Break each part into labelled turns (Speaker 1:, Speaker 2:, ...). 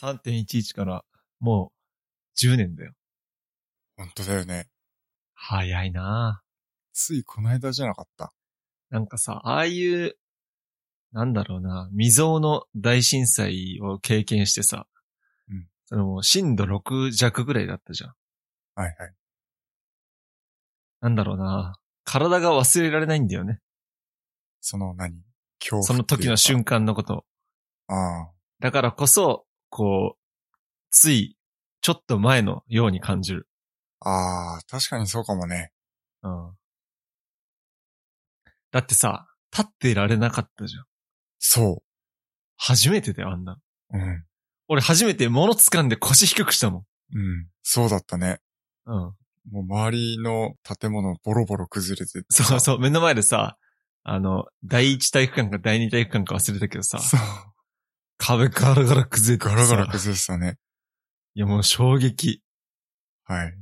Speaker 1: 3.11からもう10年だよ。
Speaker 2: 本当だよね。
Speaker 1: 早いな
Speaker 2: ついこの間じゃなかった。
Speaker 1: ぁなんかさ、ああいう、なんだろうな、未曾有の大震災を経験してさ、
Speaker 2: うん
Speaker 1: そのもう震度6弱ぐらいだったじゃん。
Speaker 2: はいはい。
Speaker 1: なんだろうな体が忘れられないんだよね。
Speaker 2: その何恐怖
Speaker 1: その時の瞬間のこと。
Speaker 2: 間。ああ。
Speaker 1: だからこそ、こう、つい、ちょっと前のように感じる。
Speaker 2: ああ、確かにそうかもね。
Speaker 1: うん。だってさ、立っていられなかったじゃん。
Speaker 2: そ
Speaker 1: 初めてだよ、あんなの。
Speaker 2: う。うん。
Speaker 1: 俺初めて物掴んで腰低くしたも
Speaker 2: うん。そうだったね。
Speaker 1: ん。うん。
Speaker 2: もう周りの建物ボロボロ崩れてて
Speaker 1: そうそう、目の前でさ、あの、第一体育館か第二体育館か忘れたけどさ、
Speaker 2: そう。
Speaker 1: 壁ガラガラ崩れてさ
Speaker 2: ガラガラ崩れてたね。
Speaker 1: いや、もう衝撃。
Speaker 2: はい。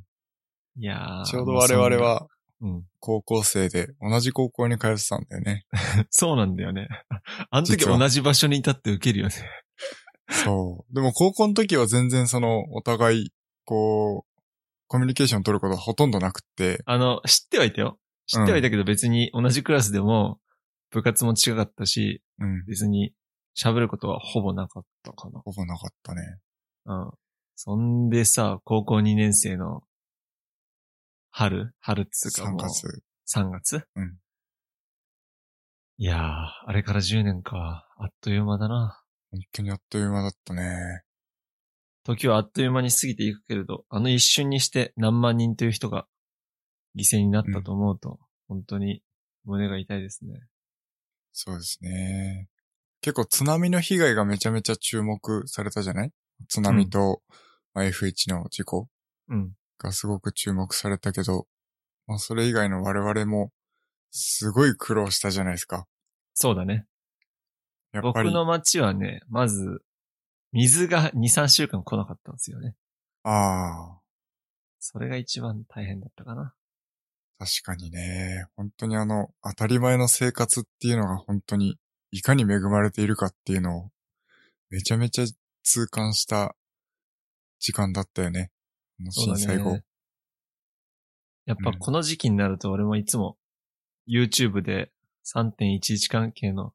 Speaker 1: いやー
Speaker 2: ちょうど我々。は
Speaker 1: もう
Speaker 2: 高校生で同じ高校に通ってたんだよね。
Speaker 1: そんな うん。そうなんだよね。あの時
Speaker 2: 実は
Speaker 1: 同じ場所に立って受けるよね。
Speaker 2: そう。でも高校の時は全然その、お互い、こう、コミュニケーション取ることはほとんどなくって、
Speaker 1: あの、知ってはいたよ。知ってはいたけど別に同じクラスでも部活も違かったし、
Speaker 2: うん。
Speaker 1: 別に喋ることはほぼなかったか
Speaker 2: ほぼなかったね。
Speaker 1: な。うん。そんでさ、高校2年生の春春っつうか
Speaker 2: 3
Speaker 1: もう。
Speaker 2: 月。
Speaker 1: 3月
Speaker 2: うん。
Speaker 1: いやー、あれから10年か。あっという間だな。
Speaker 2: 本当にあっという間だったね。
Speaker 1: 時はあっという間に過ぎていくけれど、あの一瞬にして何万人という人が犠牲になったと思うと、本当に胸が痛いですね。
Speaker 2: そうですね。結構津波の被害がめちゃめちゃ注目されたじゃない津波と、まあ F1 の事故
Speaker 1: うん。
Speaker 2: がすごく注目されたけど、まあそれ以外の我々もすごい苦労したじゃないですか。
Speaker 1: そうだね。
Speaker 2: やっぱ
Speaker 1: 僕
Speaker 2: り。
Speaker 1: の町はね、まず、水が2、3週間来なかったんですよね。
Speaker 2: あ
Speaker 1: それが一番大変だったかな。
Speaker 2: あ、確かにね。本当にあの、当たり前の生活っていうのが本当にいかに恵まれているかっていうのをめちゃめちゃ痛感した時間だったよね。あの
Speaker 1: そう
Speaker 2: 震
Speaker 1: だ
Speaker 2: 災後。
Speaker 1: ね。やっぱ
Speaker 2: うん
Speaker 1: この時期になると俺もいつも YouTube で3.11関係の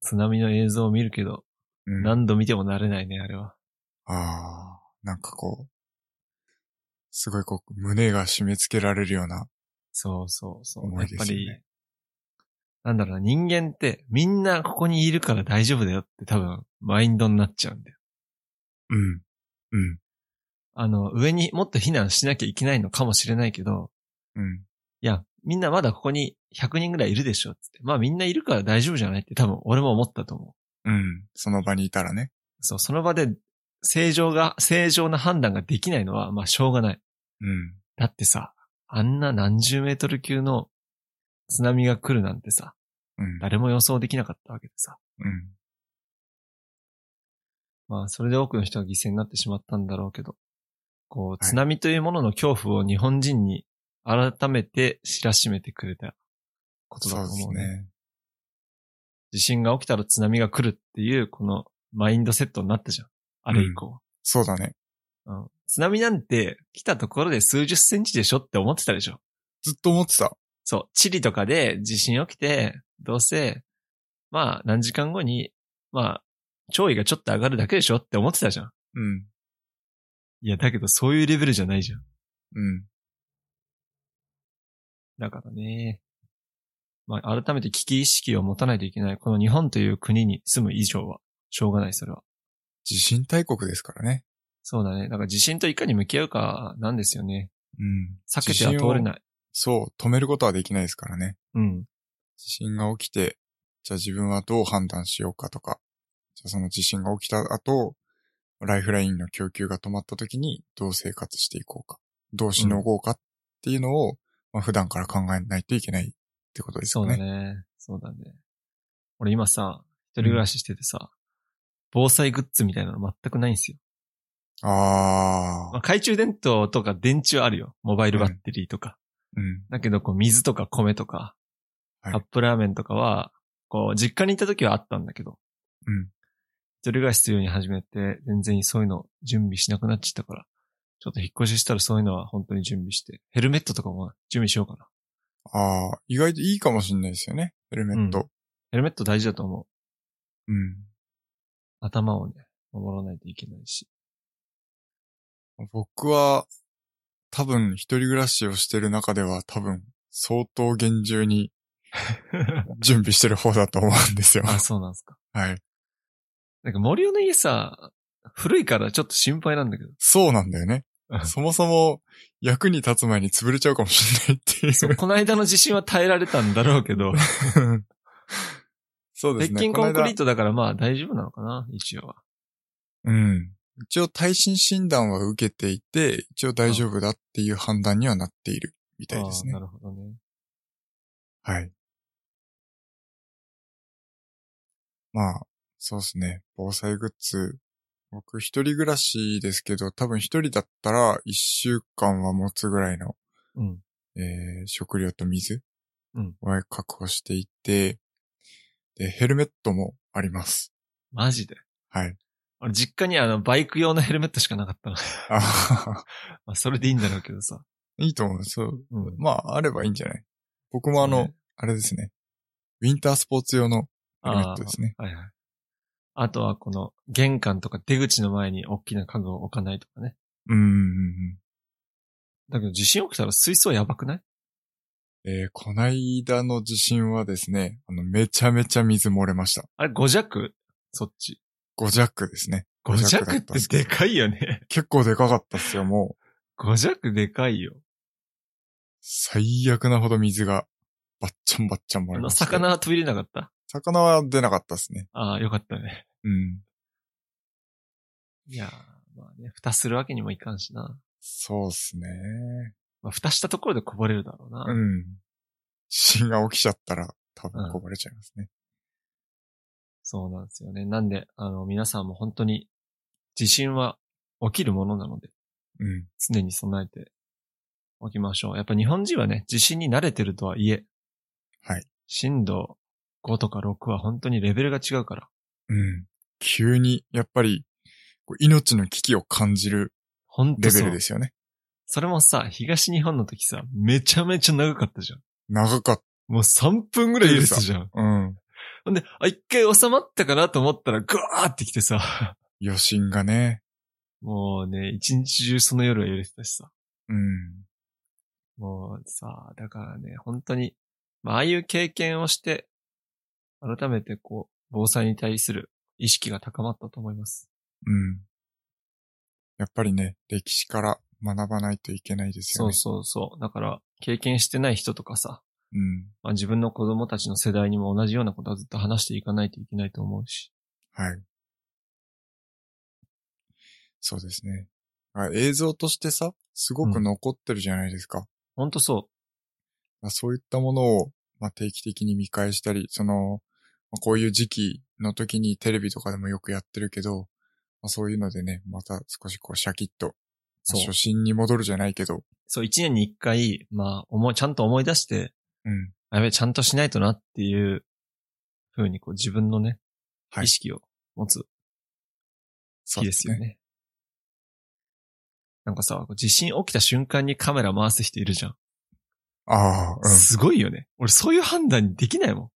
Speaker 1: 津波の映像を見るけど、
Speaker 2: うん
Speaker 1: 何度見ても慣れないね、あれは。
Speaker 2: ああ、なんかこう、すごいこう、胸が締め付けられるような。
Speaker 1: そうそうそう。や
Speaker 2: 重い
Speaker 1: っ
Speaker 2: で
Speaker 1: ぱ
Speaker 2: すよね
Speaker 1: り、なんだろうな、人間ってみんなここにいるから大丈夫だよって多分マインドになっちゃうんだよ。
Speaker 2: うん。うん。
Speaker 1: あの、上にもっと避難しなきゃいけないのかもしれないけど、
Speaker 2: うん。
Speaker 1: いや、みんなまだここに100人ぐらいいるでしょっつって。まあみんないるから大丈夫じゃないって多分俺も思ったと思
Speaker 2: うん。その場にいたらね。
Speaker 1: う。そう、その場で正常が、正常な判断ができないのはまあしょうがない。
Speaker 2: うん。
Speaker 1: だってさ、あんな何十メートル級の津波が来るなんてさ、
Speaker 2: うん。
Speaker 1: 誰も予想できなかったわけでさ。
Speaker 2: うん。
Speaker 1: まあそれで多くの人が犠牲になってしまったんだろうけど、こう、
Speaker 2: い
Speaker 1: 津波というものの恐怖を日本人に改めて知らしめてくれたこと
Speaker 2: そう
Speaker 1: だ
Speaker 2: で
Speaker 1: と思
Speaker 2: す
Speaker 1: うね。
Speaker 2: ね。
Speaker 1: 地震が起きたら津波が来るっていう、このマインドセットになったじゃん。あれ以降。
Speaker 2: そうだね。
Speaker 1: うん津波なんて来たところで数十センチでしょって思ってたでしょ。
Speaker 2: ずっと思ってた。
Speaker 1: そう、チリとかで地震起きて、どうせ、まあ何時間後に、まあ、潮位がちょっと上がるだけでしょって思ってたじゃん。
Speaker 2: うん。
Speaker 1: いや、だけどそういうレベルじゃないじゃん。
Speaker 2: うん。
Speaker 1: だからね。まあ、改めて危機意識を持たないといけない。この日本という国に住む以上は、しょうがない、それは。
Speaker 2: 地震大国ですからね。
Speaker 1: そうだね。だから地震といかに向き合うかなんですよね。
Speaker 2: うん。
Speaker 1: 避けては通れ
Speaker 2: い。
Speaker 1: ない。
Speaker 2: そう、止めることはできないですからね。
Speaker 1: うん。
Speaker 2: 地震が起きて、じゃあ自分はどう判断しようかとか、じゃあその地震が起きた後、ライフラインの供給が止まった時にどう生活していこうか、どうしのごうかっていうのを、まあ普段から考えないといけないってことです
Speaker 1: そ
Speaker 2: よ
Speaker 1: う
Speaker 2: ね。
Speaker 1: だね。そうだね。俺今さ、一人暮らししててさ、防災グッズみたいなの全くないんですよ。
Speaker 2: あ
Speaker 1: まあ、
Speaker 2: あ、
Speaker 1: 懐中電灯とか電柱あるよ。モバイルバッテリーとか。
Speaker 2: うん、
Speaker 1: だけど、こう、水とか米とか、
Speaker 2: はい
Speaker 1: カップラーメンとかは、こう、実家に行った時はあったんだけど、
Speaker 2: うん。
Speaker 1: 一人暮らしするように始めて、全然そういうの準備しなくなっちゃったから、ちょっと引っ越ししたらそういうのは本当に準備して、ヘルメットとかも準備しようかな。
Speaker 2: ああ、意外といいかもしんないですよね。ヘルメット。
Speaker 1: ヘルメット大事だと思う。
Speaker 2: うん。
Speaker 1: 頭をね、守らないといけない し。
Speaker 2: 僕は、多分、一人暮らしをしてる中では、多分、相当厳 重に準備してる方だと思うんですよ。
Speaker 1: あ、そうなんですか。
Speaker 2: はい。
Speaker 1: なんか森尾の家さ、古いからちょっと心配なんだけど。
Speaker 2: そうなんだよね。そもそも、役に立つ前に潰れちゃうかもしれないっていう。
Speaker 1: そう、この間の地震は耐えられたんだろうけど、
Speaker 2: そうです
Speaker 1: 鉄
Speaker 2: ね。
Speaker 1: 筋コンクリー
Speaker 2: こ
Speaker 1: トだからまあ大丈夫なのかな、一応は。
Speaker 2: の間うん。一応、耐震診断は受けていて、一応大丈夫だっていう判断にはなっているみたいですね
Speaker 1: ああな。るほどね。
Speaker 2: はい。まあ、そうですね。防災グッズ。僕一人暮らしですけど、多分一人だったら一週間は持つぐらいの、
Speaker 1: うん。
Speaker 2: えー食料と水
Speaker 1: うん
Speaker 2: は確保していて、で、ヘルメットもあります。
Speaker 1: マジで。
Speaker 2: はい。
Speaker 1: 俺実家にあのバイク用のヘルメットしかなかったの。
Speaker 2: あはは
Speaker 1: まあそれでいいんだろうけどさ。
Speaker 2: いいと思います。そう。
Speaker 1: うん。
Speaker 2: まあ、あればいいんじゃない僕もあ
Speaker 1: そう
Speaker 2: の
Speaker 1: ね、
Speaker 2: あれですね。ウィンタースポーツ用のヘルメットですね。
Speaker 1: はいはい。あとはこの玄関とか出口の前に大きな家具を置かないとかね。
Speaker 2: うんうんうん。
Speaker 1: だけど地震起きたら水槽やばくない
Speaker 2: えー、こないだの地震はですね、あの、めちゃめちゃ水漏れました。
Speaker 1: あれ5弱そっち。
Speaker 2: 5弱ですね。
Speaker 1: 5弱
Speaker 2: だ
Speaker 1: っ
Speaker 2: ったんです
Speaker 1: てでかいよね。
Speaker 2: 結構でかかったっすよ、もう。
Speaker 1: 5弱でかいよ。
Speaker 2: 最悪なほど水が、ばっちゃんばっちゃん
Speaker 1: あ
Speaker 2: 漏れ
Speaker 1: の、
Speaker 2: ました。
Speaker 1: 魚は飛び出なかった
Speaker 2: 魚は出なかったっすね。
Speaker 1: ああ、よかったね。
Speaker 2: うん。
Speaker 1: いやー、まあね、蓋するわけにもいかんしな。
Speaker 2: そうっすね。
Speaker 1: まあ、蓋したところでこぼれるだろうな。
Speaker 2: うん。地震が起きちゃったら、多分こぼれちゃいますね。
Speaker 1: そうなんですよね。なんで、あの、皆さんも本当に、地震は起きるものなので、
Speaker 2: うん。
Speaker 1: 常に備えておきましょう。やっぱ日本人はね、地震に慣れてるとはいえ、
Speaker 2: はい。
Speaker 1: 震度5とか6は本当にレベルが違うから、
Speaker 2: うん。急に、やっぱり、こう命の危機を感じる
Speaker 1: 本当
Speaker 2: レ
Speaker 1: そう
Speaker 2: ベルですよね。
Speaker 1: それもさ、東日本の時さ、めちゃめちゃ長かったじゃん。
Speaker 2: 長かっ
Speaker 1: もう3分ぐらい揺れてたじゃん。
Speaker 2: た。うん。
Speaker 1: ほんで、あ、一回収まったかなと思ったら、ぐわーってきてさ、
Speaker 2: 余震がね。
Speaker 1: もうね、一日中その夜は揺れてたしさ。
Speaker 2: うん。
Speaker 1: もうさ、だからね、本当に、まあ、ああいう経験をして、改めてこう、防災に対する意識が高まったと思います。
Speaker 2: うん。やっぱりね、歴史から学ばないといけないですよ
Speaker 1: そう
Speaker 2: ね。
Speaker 1: そうそう。だから、経験してない人とかさ、
Speaker 2: う。ん。
Speaker 1: まあ、自分の子供たちの世代にも同じようなことはずっと話していかないといけないと思うし。
Speaker 2: はい。そうですね。あ映像としてさ、すごく残ってるじゃないですか。
Speaker 1: ほんとそ
Speaker 2: まあそういったものを、まあ、定期的に見返したり、その、まあ、こういう時期の時にテレビとかでもよくやってるけど、まあ、そういうのでね、また少しこうシャキッと、
Speaker 1: そう
Speaker 2: 初心に戻るじゃないけど、
Speaker 1: う。そう、一年に一回、まあ、思い、ちゃんと思い出して、
Speaker 2: うん。
Speaker 1: あやべえ、ちゃんとしないとなっていう、ふうにこう自分のね、
Speaker 2: はい
Speaker 1: 意識を持つ
Speaker 2: そ
Speaker 1: 気
Speaker 2: う
Speaker 1: ですよね。。なんかさ、地震起きた瞬間にカメラ回す人いるじゃん。
Speaker 2: ああ、うん。
Speaker 1: すごいよね。俺そういう判断できないもん。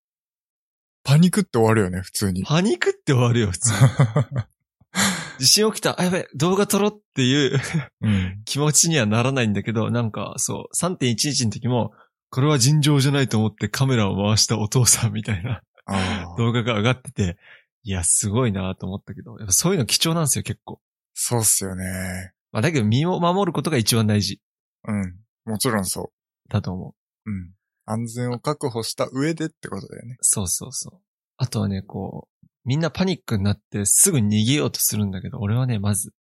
Speaker 2: パニックって終わるよね、普通に。
Speaker 1: パニックって終わるよ、普通。地震起きた、あ、やべえ、動画撮ろうっていう
Speaker 2: うん。
Speaker 1: 気持ちにはならないんだけど、なんかそう、3.11の時も、これは尋常じゃないと思ってカメラを回したお父さんみたいな
Speaker 2: ああ、
Speaker 1: 動画が上がってて、いや、すごいなと思ったけど、やっぱそういうの貴重なんですよ、結構。
Speaker 2: そうっすよね。
Speaker 1: まあ、だけど身を守ることが一番大事
Speaker 2: うん。もちろんそ
Speaker 1: だと思う。
Speaker 2: う。うん。安全を確保した上でってことだよね。
Speaker 1: そうそうそう。あとはね、こう、みんなパニックになってすぐ逃げようとするんだけど、俺はね、まず、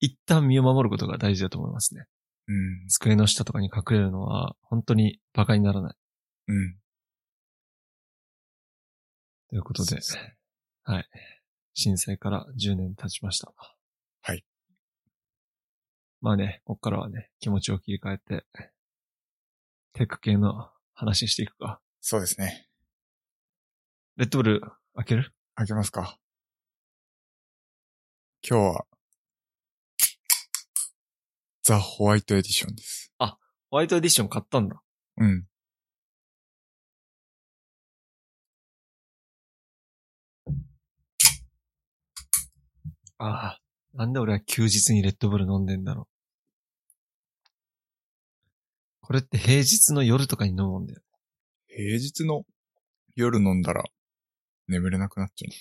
Speaker 1: 一旦身を守ることが大事だと思いますね。
Speaker 2: うん。
Speaker 1: 机の下とかに隠れるのは、本当に馬鹿にならない。
Speaker 2: うん。
Speaker 1: ということ
Speaker 2: そ
Speaker 1: で
Speaker 2: うで、すね
Speaker 1: はい。震災から10年経ちました。
Speaker 2: はい。
Speaker 1: まあね、こっからはね、気持ちを切り替えて、テック系の話していくか。
Speaker 2: そうですね。
Speaker 1: レッドブル開ける
Speaker 2: 開けますか。今日は、ザ・ホワイトエディションです。
Speaker 1: ホワイトエディション買ったんだ。
Speaker 2: うん。
Speaker 1: ああ。なんで俺は休日にレッドブル飲んでんだろう。これって平日の夜とかに飲むんだよ。
Speaker 2: 平日の夜飲んだら、眠れなくなっちゃう。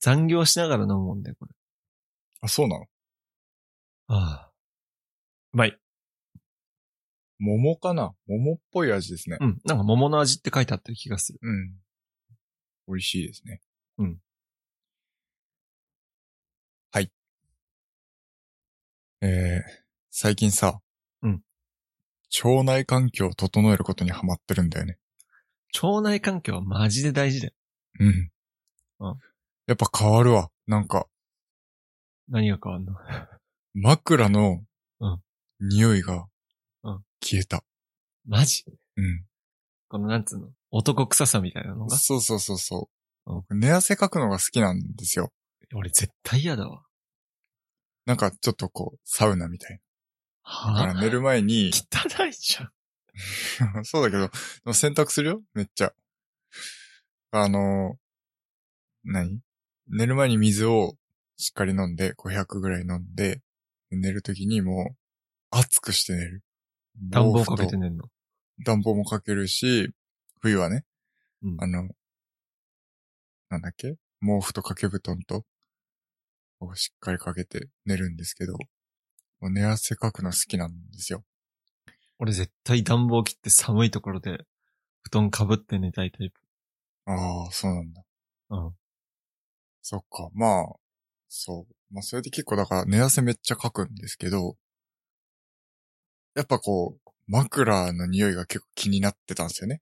Speaker 1: 残業しながら飲むもんだよ、これ。
Speaker 2: あ、そうなの
Speaker 1: ああ。うまい。
Speaker 2: 桃かな桃っぽい味ですね。
Speaker 1: うん。なんか桃の味って書いてあってる気がする。
Speaker 2: うん。美味しいですね。
Speaker 1: うん。
Speaker 2: はい。えー、最近さ、
Speaker 1: うん。
Speaker 2: 腸内環境を整えることにハマってるんだよね。
Speaker 1: 腸内環境はマジで大事だよ。
Speaker 2: うん。
Speaker 1: うん
Speaker 2: やっぱ変わるわ。なんか、
Speaker 1: 何が変わんの
Speaker 2: 枕の
Speaker 1: うん、
Speaker 2: 匂いが
Speaker 1: うん、
Speaker 2: 消えた。
Speaker 1: マジ
Speaker 2: うん。
Speaker 1: このなんつうの男臭さみたいなのが
Speaker 2: そうそうそうそう
Speaker 1: うん。
Speaker 2: 僕寝汗かくのが好きなんですよ。
Speaker 1: 俺絶対嫌だわ。
Speaker 2: なんかちょっとこう、サウナみたいな。だか
Speaker 1: は
Speaker 2: ら寝る前に、
Speaker 1: 汚いじゃん。
Speaker 2: そうだけど、でも洗濯するよめっちゃ。あの、何寝る前に水をしっかり飲んで、500ぐらい飲んで、寝るときにもう、熱くして寝る。
Speaker 1: 暖房
Speaker 2: 毛布
Speaker 1: か
Speaker 2: と
Speaker 1: けて寝んの。
Speaker 2: 暖房もかけるし、冬はね、
Speaker 1: うん
Speaker 2: あの、なんだっけ毛布と掛け布団と、をしっかりかけて寝るんですけど、もう寝汗かくの好きなんですよ。
Speaker 1: 俺絶対暖房切って寒いところで布団かぶって寝たいタイプ。
Speaker 2: ああ、そうなんだ。
Speaker 1: うん。
Speaker 2: そっか、まあ、そう。まあ、それで結構だから寝汗めっちゃかくんですけど、やっぱこう、枕の匂いが結構気になってたんですよね。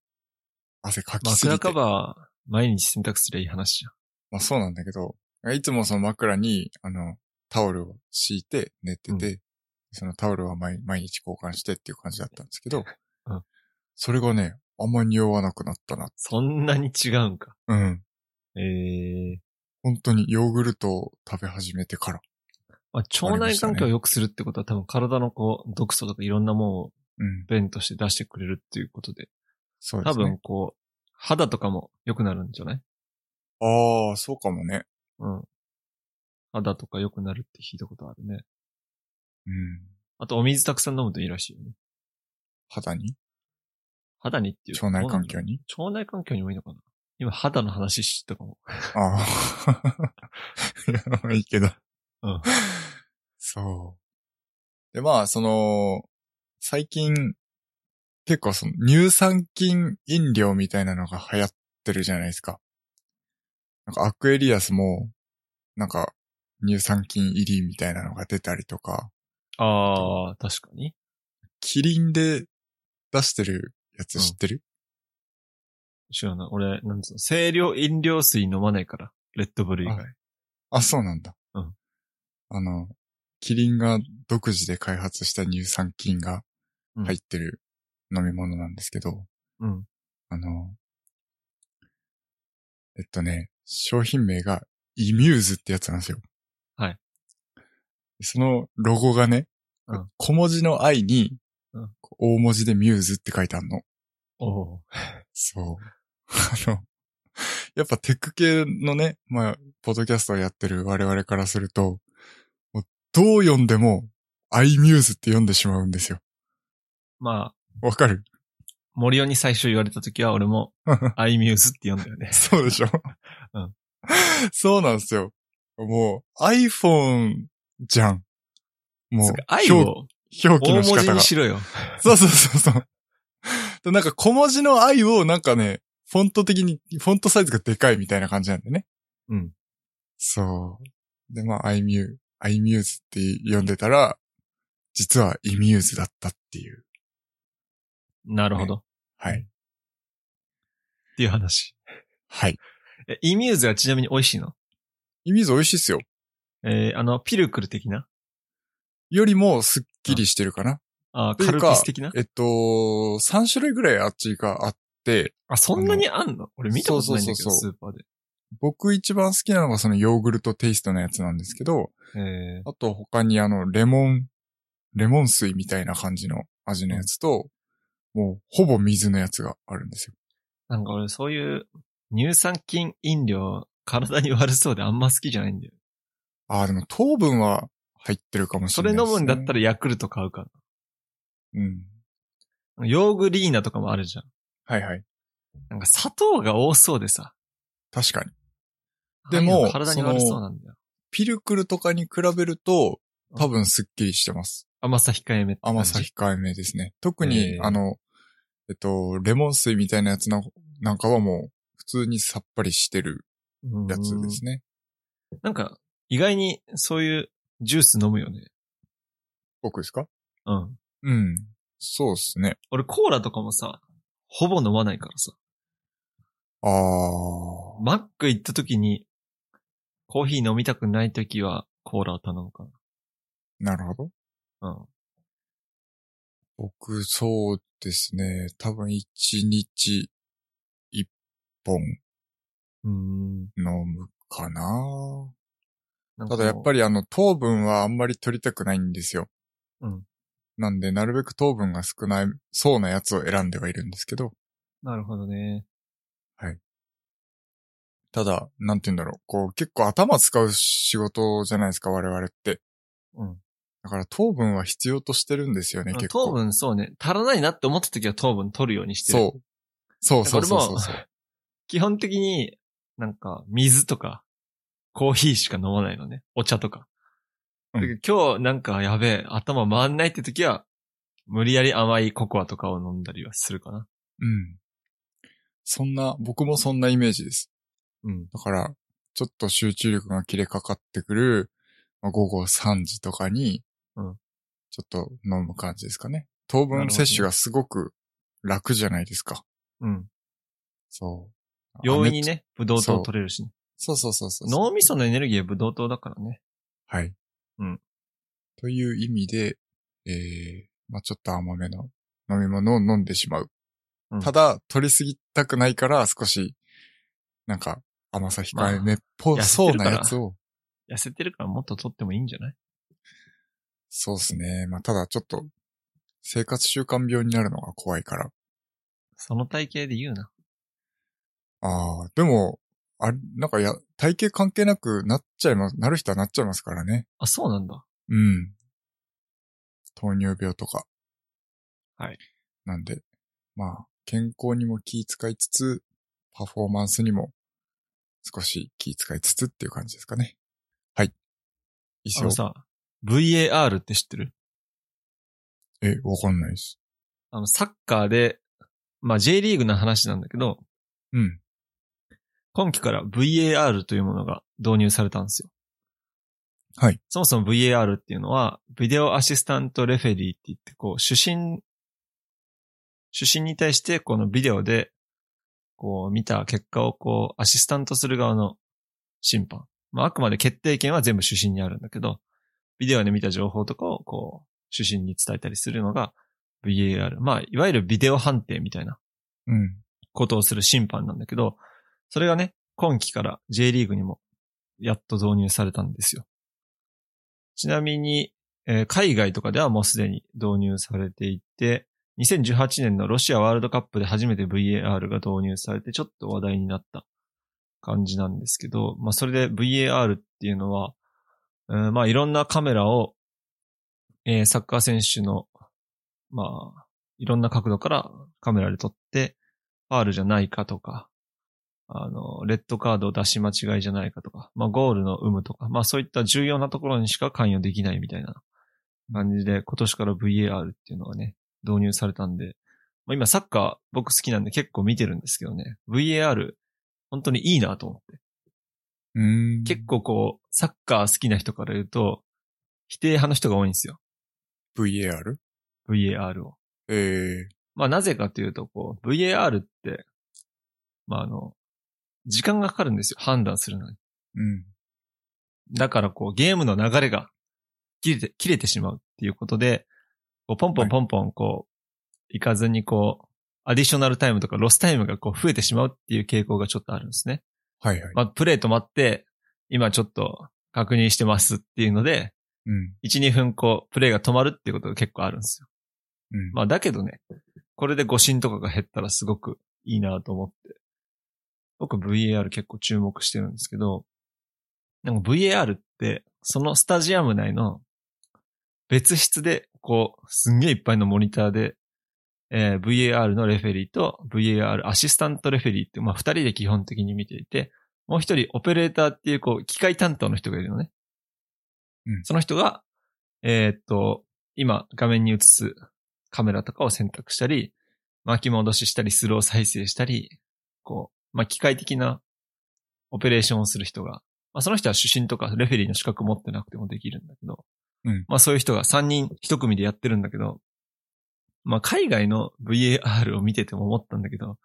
Speaker 2: 汗かきすぎ
Speaker 1: 枕カ
Speaker 2: て。
Speaker 1: バー、毎日洗濯すりゃいい話じゃん。
Speaker 2: まあそうなんだけど、いつもその枕に、あの、タオルを敷いて寝てて、そのタオルは毎毎日交換してっていう感じだったんですけど、
Speaker 1: うん
Speaker 2: それがね、あんま匂わなくなったな。
Speaker 1: そんなに違うんか。
Speaker 2: うん。
Speaker 1: ええ
Speaker 2: 本当にヨーグルトを食べ始めてから。
Speaker 1: まあ、腸内環境を良くするってことは多分体のこう、毒素とかいろんなもんを
Speaker 2: うん。
Speaker 1: 便として出してくれるっていうことで、
Speaker 2: そうで
Speaker 1: 多
Speaker 2: すね
Speaker 1: 分。こう、肌とかも良くなるんじゃない
Speaker 2: ああ、そうかもね。
Speaker 1: うん。肌とか良くなるって聞いたことあるね。
Speaker 2: うん。
Speaker 1: あとお水たくさん飲むといいらしいよね。
Speaker 2: 肌に
Speaker 1: 肌にっていうか
Speaker 2: 腸内環境に
Speaker 1: 腸内環境にもいいのかな今肌の話したかも。
Speaker 2: ああ。いや、まあい いけど。
Speaker 1: うん
Speaker 2: そう。で、まあ、その、最近、結構その、乳酸菌飲料みたいなのが流行ってるじゃないですか。なんか、アクエリアスも、なんか、乳酸菌入りみたいなのが出たりとか、
Speaker 1: ああ、確かに。
Speaker 2: キリンで出してるやつ知ってる、
Speaker 1: 知らない。俺、なんつうの、清涼飲料水飲まないから。レッドブル以外。
Speaker 2: あ、そうなんだ。
Speaker 1: うん
Speaker 2: あの、キリンが独自で開発した乳酸菌が
Speaker 1: うん
Speaker 2: 入ってる飲み物なんですけど、
Speaker 1: うん。
Speaker 2: あの、えっとね、商品名がイミューズってやつなんですよ。
Speaker 1: はい。
Speaker 2: そのロゴがね、
Speaker 1: うん
Speaker 2: 小文字の I に、
Speaker 1: うん
Speaker 2: こう大文字でミューズって書いてあるの。
Speaker 1: おお
Speaker 2: そう。 あの、やっぱテック系のね、まあ、ポッドキャストをやってる我々からすると、もうどう読んでも、iMuse って読んでしまうんですよ。
Speaker 1: ー。まあ、
Speaker 2: わか る
Speaker 1: 森尾に最初言われた時は俺 も、アイミューズって呼んだよね。
Speaker 2: そうでしょ
Speaker 1: うん
Speaker 2: そうなんですよ。もう iPhone じゃん。もう
Speaker 1: それ、愛
Speaker 2: 表
Speaker 1: を
Speaker 2: 表記
Speaker 1: 大
Speaker 2: の仕
Speaker 1: 文字
Speaker 2: 方
Speaker 1: に
Speaker 2: が。
Speaker 1: しろよ。
Speaker 2: そうそうそうそう。でなんか小文字の i をなんかね、フォント的に、フォントサイズがでかいみたいな感じなんでね。
Speaker 1: うん。
Speaker 2: そう。で、まあ、iMuse、iMuse って呼んでたら、実は iMuse だったっていう。
Speaker 1: なるほど。っ
Speaker 2: はい。
Speaker 1: ていう話。
Speaker 2: はい。
Speaker 1: え、イミューズはちなみに美味しいの
Speaker 2: iMuse 美味しいっすよ。
Speaker 1: えー、あの、ピルクル的な
Speaker 2: よりもすっきりしてるかな。
Speaker 1: あー
Speaker 2: とい
Speaker 1: カ
Speaker 2: うか
Speaker 1: ルピス的な
Speaker 2: えっと、3種類ぐらいあっちがあって、
Speaker 1: あ、そんなにあんの俺見たことないんだけど、
Speaker 2: そうそうそうそ
Speaker 1: スーパーで。
Speaker 2: 僕一番好きなのがそのヨーグルトテイストのやつなんですけど、
Speaker 1: えー、
Speaker 2: あと他にあの、レモン、レモン水みたいな感じの味のやつと、もうほぼ水のやつがあるんですよ。
Speaker 1: なんか俺そういう乳酸菌飲料、体に悪そうであんま好きじゃないんだよ。
Speaker 2: ああ、でも糖分は入ってるかもし
Speaker 1: そ
Speaker 2: れな
Speaker 1: れ
Speaker 2: い
Speaker 1: 飲
Speaker 2: です、ね。
Speaker 1: むんだった
Speaker 2: ら。
Speaker 1: らヤクルト買うか
Speaker 2: うん。
Speaker 1: な。ヨーグリーナとかもあるじゃん。
Speaker 2: はいはい。
Speaker 1: なんか砂糖が多そうでさ。
Speaker 2: 確かに。
Speaker 1: ああいうの
Speaker 2: でも
Speaker 1: 体に悪そうなんだよ。
Speaker 2: ピルクルとかに比べると、多分すっきりしてます。
Speaker 1: 甘さ控えめって感じ
Speaker 2: 甘さ控えめですね。特
Speaker 1: え
Speaker 2: に、
Speaker 1: ー
Speaker 2: あの、えっと、レモン水みたいなやつの、なんかはもう、普通にさっぱりしてるやつで
Speaker 1: うん
Speaker 2: すね。
Speaker 1: なんか、意外にそういうジュース飲むよね。
Speaker 2: 僕ですか
Speaker 1: うん。
Speaker 2: うん。そうですね。
Speaker 1: 俺コーラとかもさ、ほぼ飲まないからさ。
Speaker 2: あ
Speaker 1: マック行った時に、コーヒー飲みたくない時はコーラを頼むか
Speaker 2: ー、なるほど。
Speaker 1: な。うん。
Speaker 2: 僕、そうですね。多分、1日、1本
Speaker 1: うーん
Speaker 2: 飲むかな。
Speaker 1: なんか
Speaker 2: ただやっぱ
Speaker 1: り、
Speaker 2: りあの、糖分はあんまり取りたくないんですよ。
Speaker 1: うん。
Speaker 2: なんで、なるべく糖分が少ない、そうなやつを選んではいるんですけど、
Speaker 1: なるほどね。
Speaker 2: ただ、なんて言うんだろう。こう、結構頭使う仕事じゃないですか、我々って。
Speaker 1: うん。
Speaker 2: だから糖分は必要としてるんですよね、結構。
Speaker 1: 糖分そうね、足らないなって思った時は糖分取るようにしてる。
Speaker 2: そう。そうそうそうそう
Speaker 1: だか
Speaker 2: そう。
Speaker 1: 基本的に、なんか、水とか、コーヒーしか飲まないのね。お茶とか。
Speaker 2: うん
Speaker 1: だけど今日なんかやべえ、頭回んないって時は、無理やり甘いココアとかを飲んだりはするかな。
Speaker 2: うん。そんな、僕もそんなイメージです。
Speaker 1: うん。
Speaker 2: だから、ちょっと集中力が切れかかってくる、まあ、午後3時とかに、
Speaker 1: うん
Speaker 2: ちょっと飲む感じですかね。糖
Speaker 1: なる
Speaker 2: 分
Speaker 1: ほどね
Speaker 2: 摂取がすごく楽じゃないですか。
Speaker 1: うん。
Speaker 2: そう。
Speaker 1: 容易にね、ブドウ糖
Speaker 2: そう
Speaker 1: 取れるしね、
Speaker 2: そうそうそうそう。
Speaker 1: 脳みそのエネルギーはブドウ糖だからね。
Speaker 2: はい。
Speaker 1: うん。
Speaker 2: という意味で、えー、まあちょっと甘めの飲み物を飲んでしまう。
Speaker 1: うん
Speaker 2: ただ、取りすぎたくないから、少し、なんか、甘さ控えめっぽ
Speaker 1: まあ
Speaker 2: そう
Speaker 1: 痩せてるか
Speaker 2: な
Speaker 1: ら
Speaker 2: やつを、
Speaker 1: 痩せてるからもっと取ってもいいんじゃない
Speaker 2: そうですね。まあただ、ちょっと、生活習慣病になるのが怖いから。
Speaker 1: その体型で言うな。
Speaker 2: ああ、でも、あれ、なんかや、体型関係なくなっちゃいます、なる人はなっちゃいますからね。
Speaker 1: あ、そうなんだ。
Speaker 2: うん。糖尿病とか。
Speaker 1: はい。
Speaker 2: なんで、まあ、健康にも気遣いつつ、パフォーマンスにも少し気遣いつつっていう感じですかね。はい。以
Speaker 1: あ
Speaker 2: 上
Speaker 1: の。さ、VAR って知ってる
Speaker 2: え、わかんないです。
Speaker 1: あの、サッカーで、まあ、J リーグの話なんだけど、
Speaker 2: うん。
Speaker 1: 今期から VAR というものが導入されたんですよ。
Speaker 2: はい。
Speaker 1: そもそも VAR っていうのは、ビデオアシスタントレフェリーって言って、こう、主審、主審に対して、このビデオで、こう、見た結果を、こう、アシスタントする側の審判。まあ、あくまで決定権は全部主審にあるんだけど、ビデオで見た情報とかを、こう、主審に伝えたりするのが VAR。まあ、いわゆるビデオ判定みたいな
Speaker 2: うん。
Speaker 1: ことをする審判なんだけど、それがね、今期から J リーグにもやっと導入されたんですよ。ちなみに、えー海外とかではもうすでに導入されていて、2018年のロシアワールドカップで初めて VAR が導入されてちょっと話題になった感じなんですけど、まあそれで VAR っていうのは、うんまあいろんなカメラを、えーサッカー選手の、まあいろんな角度からカメラで撮って、ファールじゃないかとか、あの、レッドカードを出し間違いじゃないかとか、まあゴールの有無とか、まあそういった重要なところにしか関与できないみたいな感じで、今年から VAR っていうのがね、導入されたんで、まあ今サッカー僕好きなんで結構見てるんですけどね、VAR 本当にいいなと思って。
Speaker 2: うーん。
Speaker 1: 結構こう、サッカー好きな人から言うと、否定派の人が多いんですよ。
Speaker 2: VAR?
Speaker 1: VAR を。
Speaker 2: えー、
Speaker 1: まあなぜかというと、こう、VAR って、まああの、時間がかかるんですよ。判断するのに。
Speaker 2: うん。
Speaker 1: だからこう、ゲームの流れが切れて、切れてしまうっていうことで、こうポンポンポンポンこう、行かずにこう、アディショナルタイムとかロスタイムがこう増えてしまうっていう傾向がちょっとあるんですね。
Speaker 2: はいはい。
Speaker 1: まあ、プレイ止まって、今ちょっと確認してますっていうので、
Speaker 2: うん。
Speaker 1: 1、2分こう、プレイが止まるっていうことが結構あるんですよ。
Speaker 2: うん。
Speaker 1: まあ、だけどね、これで誤信とかが減ったらすごくいいなと思って。僕 VAR 結構注目してるんですけど、なんか VAR って、そのスタジアム内の別室で、こう、すんげえいっぱいのモニターで、えー VAR のレフェリーと VAR アシスタントレフェリーって、まあ二人で基本的に見ていて、もう一人オペレーターっていう、こう、機械担当の人がいるのね。
Speaker 2: うん
Speaker 1: その人が、えーっと、今画面に映すカメラとかを選択したり、巻き戻ししたり、スロー再生したり、こう、まあ、機械的なオペレーションをする人が、まあ、その人は主審とかレフェリーの資格持ってなくてもできるんだけど、
Speaker 2: うん
Speaker 1: まあ、そういう人が3人1組でやってるんだけど、まあ、海外の VAR を見てても思ったんだけど、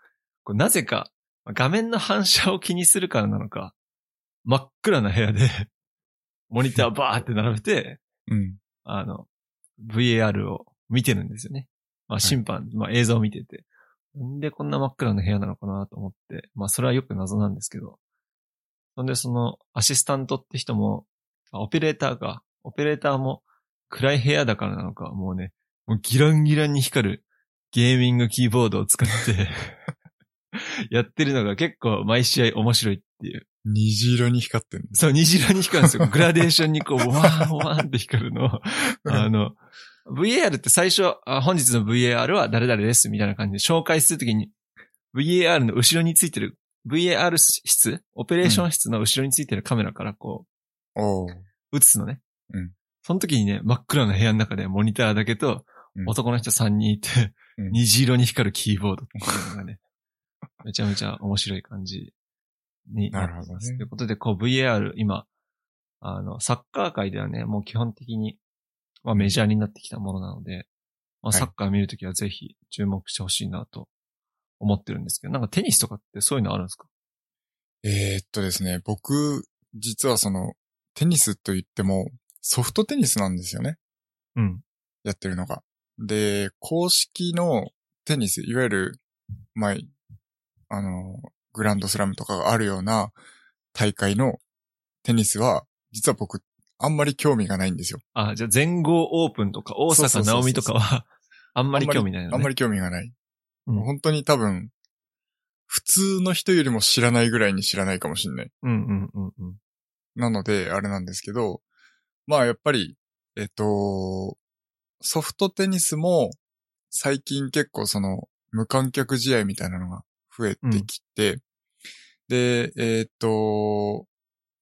Speaker 1: こうなぜか、まあ画面の反射を気にするからなのか、真っ暗な部屋で、 モニターバーって並べて、
Speaker 2: うん。
Speaker 1: あの、VAR を見てるんですよね。まあ審判、まあ映像を見てて。なんでこんな真っ暗な部屋なのかなと思って、まあそれはよく謎なんですけど。そんでそのアシスタントって人も、あオペレーターか、オペレーターも暗い部屋だからなのか、もうね、もうギランギランに光るゲーミングキーボードを使ってやってるのが結構毎試合面白いっていう。
Speaker 2: 虹色に光ってんの。
Speaker 1: そう、虹色に光るんですよ。グラデーションにこう、ワーンワーンって光るのを。あの、VAR って最初、あ本日の VAR は誰々ですみたいな感じで紹介するときに、VAR の後ろについてる、VAR 室、オペレーション室の後ろについてるカメラからこ
Speaker 2: おう
Speaker 1: う、映すのね。
Speaker 2: うん。
Speaker 1: その時にね、真っ暗な部屋の中でモニターだけと
Speaker 2: う、ん
Speaker 1: 男の人3人いて、
Speaker 2: うん
Speaker 1: 虹色に光るキーボードっていうのがね、 めちゃめちゃ面白い感じになってます。
Speaker 2: なるほどね
Speaker 1: ということで、こう VAR、今、あの、サッカー界ではね、もう基本的に、まあメジャーになってきたものなので、まあ
Speaker 2: はい
Speaker 1: サッカー見るときはぜひ注目してほしいなと思ってるんですけど、なんかテニスとかってそういうのあるんですか
Speaker 2: えーっとですね、僕、実はその、テニスと言っても、ソフトテニスなんですよね。
Speaker 1: うん。
Speaker 2: やってるのが。で、公式のテニス、いわゆる、まあ、あの、グランドスラムとかがあるような大会のテニスは、実は僕、あんまり興味がないんですよ。
Speaker 1: あ、じゃあ全豪オープンとか、大
Speaker 2: そうそ
Speaker 1: 阪
Speaker 2: うそうそう
Speaker 1: 直美とかは、 あんまり興味ないよね。
Speaker 2: あんまり興味がない。
Speaker 1: うん
Speaker 2: 本当に多分、普通の人よりも知らないぐらいに知らないかもしれない。
Speaker 1: うんうんうんうん。
Speaker 2: なので、あれなんですけど、まあやっぱり、えっと、ソフトテニスも最近結構その無観客試合みたいなのが増えてきて、で、えっと、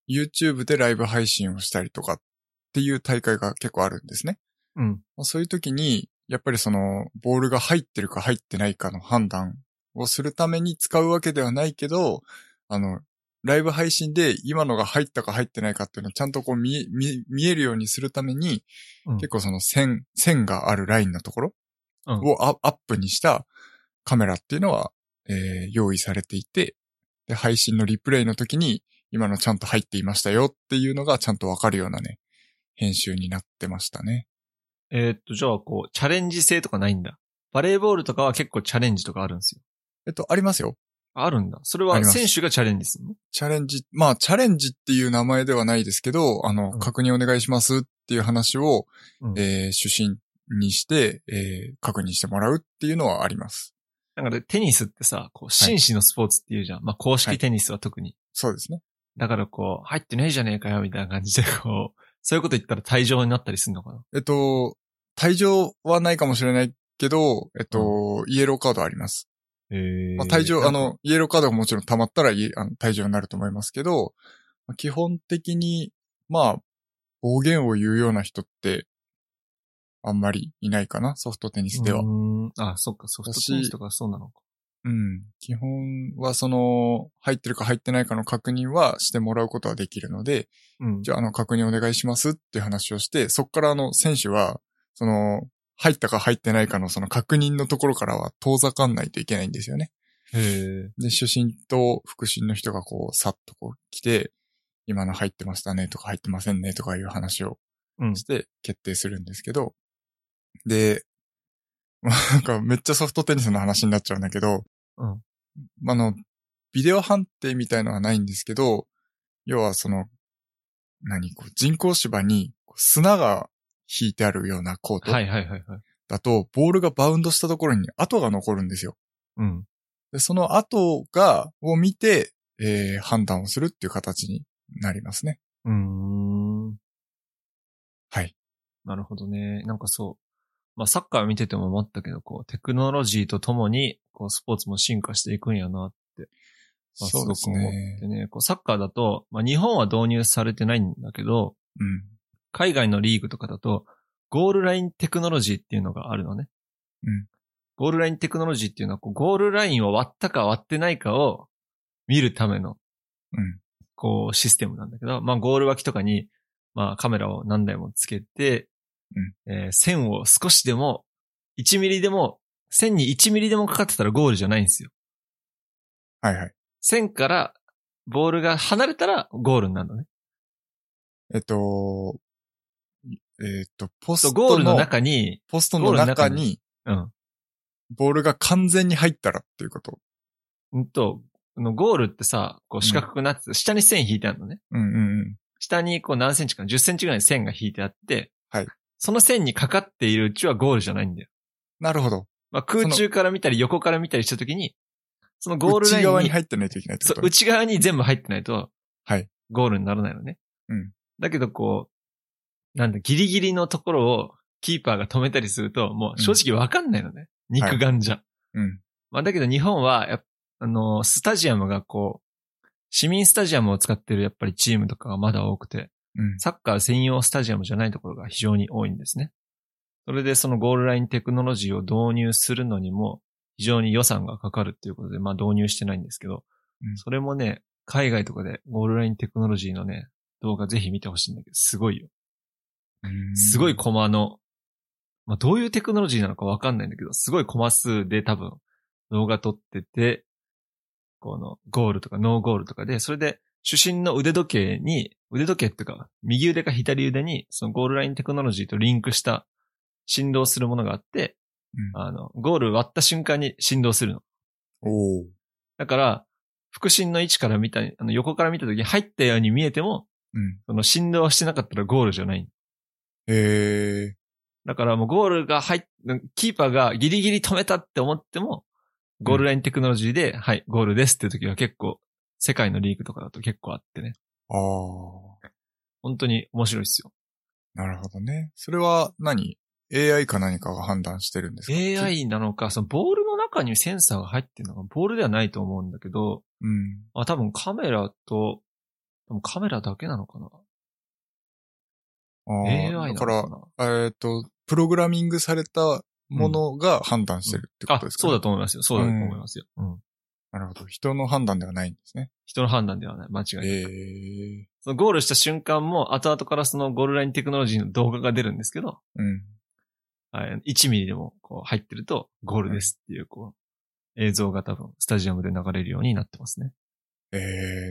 Speaker 2: YouTube でライブ配信をしたりとかっていう大会が結構あるんですね。
Speaker 1: うん。
Speaker 2: まあそういう時に、やっぱりその、ボールが入ってるか入ってないかの判断をするために使うわけではないけど、あの、ライブ配信で今のが入ったか入ってないかっていうのをちゃんとこう見え、見え、見えるようにするために、
Speaker 1: うん
Speaker 2: 結構その線、線があるラインのところ
Speaker 1: うん
Speaker 2: をアアップにしたカメラっていうのは、えー用意されていて、で、配信のリプレイの時に今のちゃんと入っていましたよっていうのがちゃんとわかるようなね、編集になってましたね。
Speaker 1: えーっと、じゃあ、こう、チャレンジ性とかないんだ。バレーボールとかは結構チャレンジとかあるんですよ。
Speaker 2: えっと、ありますよ。
Speaker 1: あるんだ。それ
Speaker 2: あ
Speaker 1: は
Speaker 2: ります
Speaker 1: 選手がチャレンジするの
Speaker 2: チャレンジ、まあ、チャレンジっていう名前ではないですけど、あの、
Speaker 1: うん
Speaker 2: 確認お願いしますっていう話を、
Speaker 1: うん
Speaker 2: えー主審にして、えー確認してもらうっていうのはあります。
Speaker 1: なんかでテニスってさ、こう、紳士のスポーツっていうじゃん。まあ、公
Speaker 2: は
Speaker 1: 式
Speaker 2: い
Speaker 1: テニスは特に。
Speaker 2: そうですね。
Speaker 1: だからこう、入ってねえじゃねえかよ、みたいな感じで、こう、 そういうこと言ったら退場になったりするのかな
Speaker 2: えっと、退場はないかもしれないけど、えっと、イエローカードあります。
Speaker 1: ええ
Speaker 2: まあ、退場、あ、の、イエローカードがもちろん溜まったらいあの退場になると思いますけど、まあ基本的に、まあ、暴言を言うような人って、あんまりいないかな、ソフトテニスでは
Speaker 1: う。ーん。あ、そっか、ソフトテニスとかそうなのか。
Speaker 2: うん。基本はその、入ってるか入ってないかの確認はしてもらうことはできるので、
Speaker 1: うん。
Speaker 2: じゃああの確認お願いしますっていう話をして、そこからあの選手は、その、入ったか入ってないかのその確認のところからは遠ざかんないといけないんですよね。
Speaker 1: へえ。
Speaker 2: で、主審と副審の人がこう、さっとこう来て、今の入ってましたねとか入ってませんねとかいう話を
Speaker 1: うん。
Speaker 2: して決定するんですけど、で、 まあなんかめっちゃソフトテニスの話になっちゃうんだけど、
Speaker 1: うん
Speaker 2: まああの、ビデオ判定みたいのはないんですけど、要はその、何、こう人工芝にこう砂が引いてあるようなコート
Speaker 1: はいはいはいはい。
Speaker 2: だと、ボールがバウンドしたところに跡が残るんですよ。
Speaker 1: うん。
Speaker 2: でその跡が、を見て、えー判断をするっていう形になりますね。
Speaker 1: うーん。
Speaker 2: はい。
Speaker 1: なるほどね。なんかそう。まあサッカー見てても思ったけど、こう、テクノロジーとともに、こう、スポーツも進化していくんやなって、まあ、す
Speaker 2: そう
Speaker 1: ご
Speaker 2: です
Speaker 1: く思っ
Speaker 2: ね。
Speaker 1: てね。こう、サッカーだと、まあ日本は導入されてないんだけど、
Speaker 2: うん。
Speaker 1: 海外のリーグとかだと、ゴールラインテクノロジーっていうのがあるのね。
Speaker 2: うん。
Speaker 1: ゴールラインテクノロジーっていうのは、こうゴールラインを割ったか割ってないかを見るための
Speaker 2: うん。
Speaker 1: こう、システムなんだけど、まあ、ゴール脇とかに、まあ、カメラを何台もつけて、えー線を少しでも、1ミリでも、線に1ミリでもかかってたらゴールじゃないんですよ。
Speaker 2: はいはい。
Speaker 1: 線から、ボールが離れたらゴールになるのね。
Speaker 2: えっと、えっと、ポ
Speaker 1: そう
Speaker 2: ス
Speaker 1: ゴー
Speaker 2: ト
Speaker 1: ルの
Speaker 2: の、
Speaker 1: 中に、
Speaker 2: ポストの中に、
Speaker 1: うん。
Speaker 2: ボールが完全に入ったらっていうこと。
Speaker 1: うんと、あのゴールってさ、こう四角くなってて、下に線引いてあるのね。
Speaker 2: うんうんうん。
Speaker 1: 下にこう何センチかな、10センチぐらいの線が引いてあって、
Speaker 2: はい。
Speaker 1: その線にかかっているうちはゴールじゃないんだよ
Speaker 2: なるほど。
Speaker 1: まあ、空中から見たり横から見たりしたときに、そのゴールライン
Speaker 2: 内側に入ってないといけないってこ
Speaker 1: そ
Speaker 2: と
Speaker 1: う
Speaker 2: ね、
Speaker 1: 内側に全部入ってないと、
Speaker 2: はい。
Speaker 1: ゴールにならないのね。
Speaker 2: うん。
Speaker 1: だけどこう、なんだ、ギリギリのところをキーパーが止めたりすると、もう正直わかんないのね。肉眼じゃ。
Speaker 2: うん。
Speaker 1: まあ、だけど日本はやっぱ、あのー、スタジアムがこう、市民スタジアムを使ってるやっぱりチームとかがまだ多くて、
Speaker 2: うん。
Speaker 1: サッカー専用スタジアムじゃないところが非常に多いんですね。それでそのゴールラインテクノロジーを導入するのにも非常に予算がかかるっていうことで、まあ導入してないんですけど、
Speaker 2: うん
Speaker 1: それもね、海外とかでゴールラインテクノロジーのね、動画ぜひ見てほしいんだけど、すごいよ。
Speaker 2: うん
Speaker 1: すごいコマの、まあどういうテクノロジーなのかわかんないんだけど、すごいコマ数で多分動画撮ってて、このゴールとかノーゴールとかで、それで主審の腕時計に、腕時計っていうか、右腕か左腕に、そのゴールラインテクノロジーとリンクした振動するものがあって、
Speaker 2: うん
Speaker 1: あの、ゴール割った瞬間に振動するの。
Speaker 2: おー
Speaker 1: だから、腹心の位置から見た、あの横から見た時に入ったように見えても、
Speaker 2: うん。
Speaker 1: その振動はしてなかったらゴールじゃない。
Speaker 2: えー。
Speaker 1: だからもうゴールが入っ、キーパーがギリギリ止めたって思っても、ゴールラインテクノロジーで、はい、ゴールですっていう時は結構、世界のリーグとかだと結構あってね。
Speaker 2: あー。
Speaker 1: 本当に面白いですよ。
Speaker 2: なるほどね。それは何 ?AI か何かが判断してるんですか
Speaker 1: AI なのか、そのボールの中にセンサーが入ってるのがボールではないと思うんだけど、
Speaker 2: うん。
Speaker 1: まあ多分カメラと、でもカメラだけなのかな
Speaker 2: あー
Speaker 1: ?AI なの
Speaker 2: だ
Speaker 1: か
Speaker 2: か
Speaker 1: な
Speaker 2: ら、えっ、と、プログラミングされたものが判断してるってこと
Speaker 1: あ、
Speaker 2: ですか、
Speaker 1: そうだと思いますよ。そうだと思いますよ。うん。
Speaker 2: なるほど。人の判断ではないんですね。
Speaker 1: 人の判断ではない。間違いない。
Speaker 2: ええ
Speaker 1: そのゴールした瞬間も、後々からそのゴールラインテクノロジーの動画が出るんですけど、
Speaker 2: うん。
Speaker 1: はい1ミリでもこう入ってるとゴールですっていう、こう、映像が多分スタジアムで流れるようになってますね。
Speaker 2: え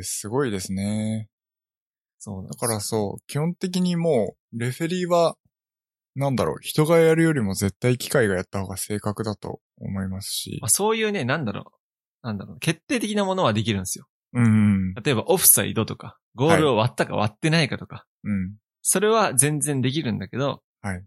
Speaker 2: えすごいですね。
Speaker 1: そうなんで
Speaker 2: だ
Speaker 1: す
Speaker 2: からそう、基本的にもう、レフェリーは、なんだろう、人がやるよりも絶対機械がやった方が正確だと思いますし
Speaker 1: まあ、。そういうね、なんだろう、なんだろう、決定的なものはできるんですよ。
Speaker 2: うんうん。
Speaker 1: 例えばオフサイドとか、ゴールを割ったか割ってないかとか、
Speaker 2: うん。
Speaker 1: それは全然できるんだけど、
Speaker 2: はい。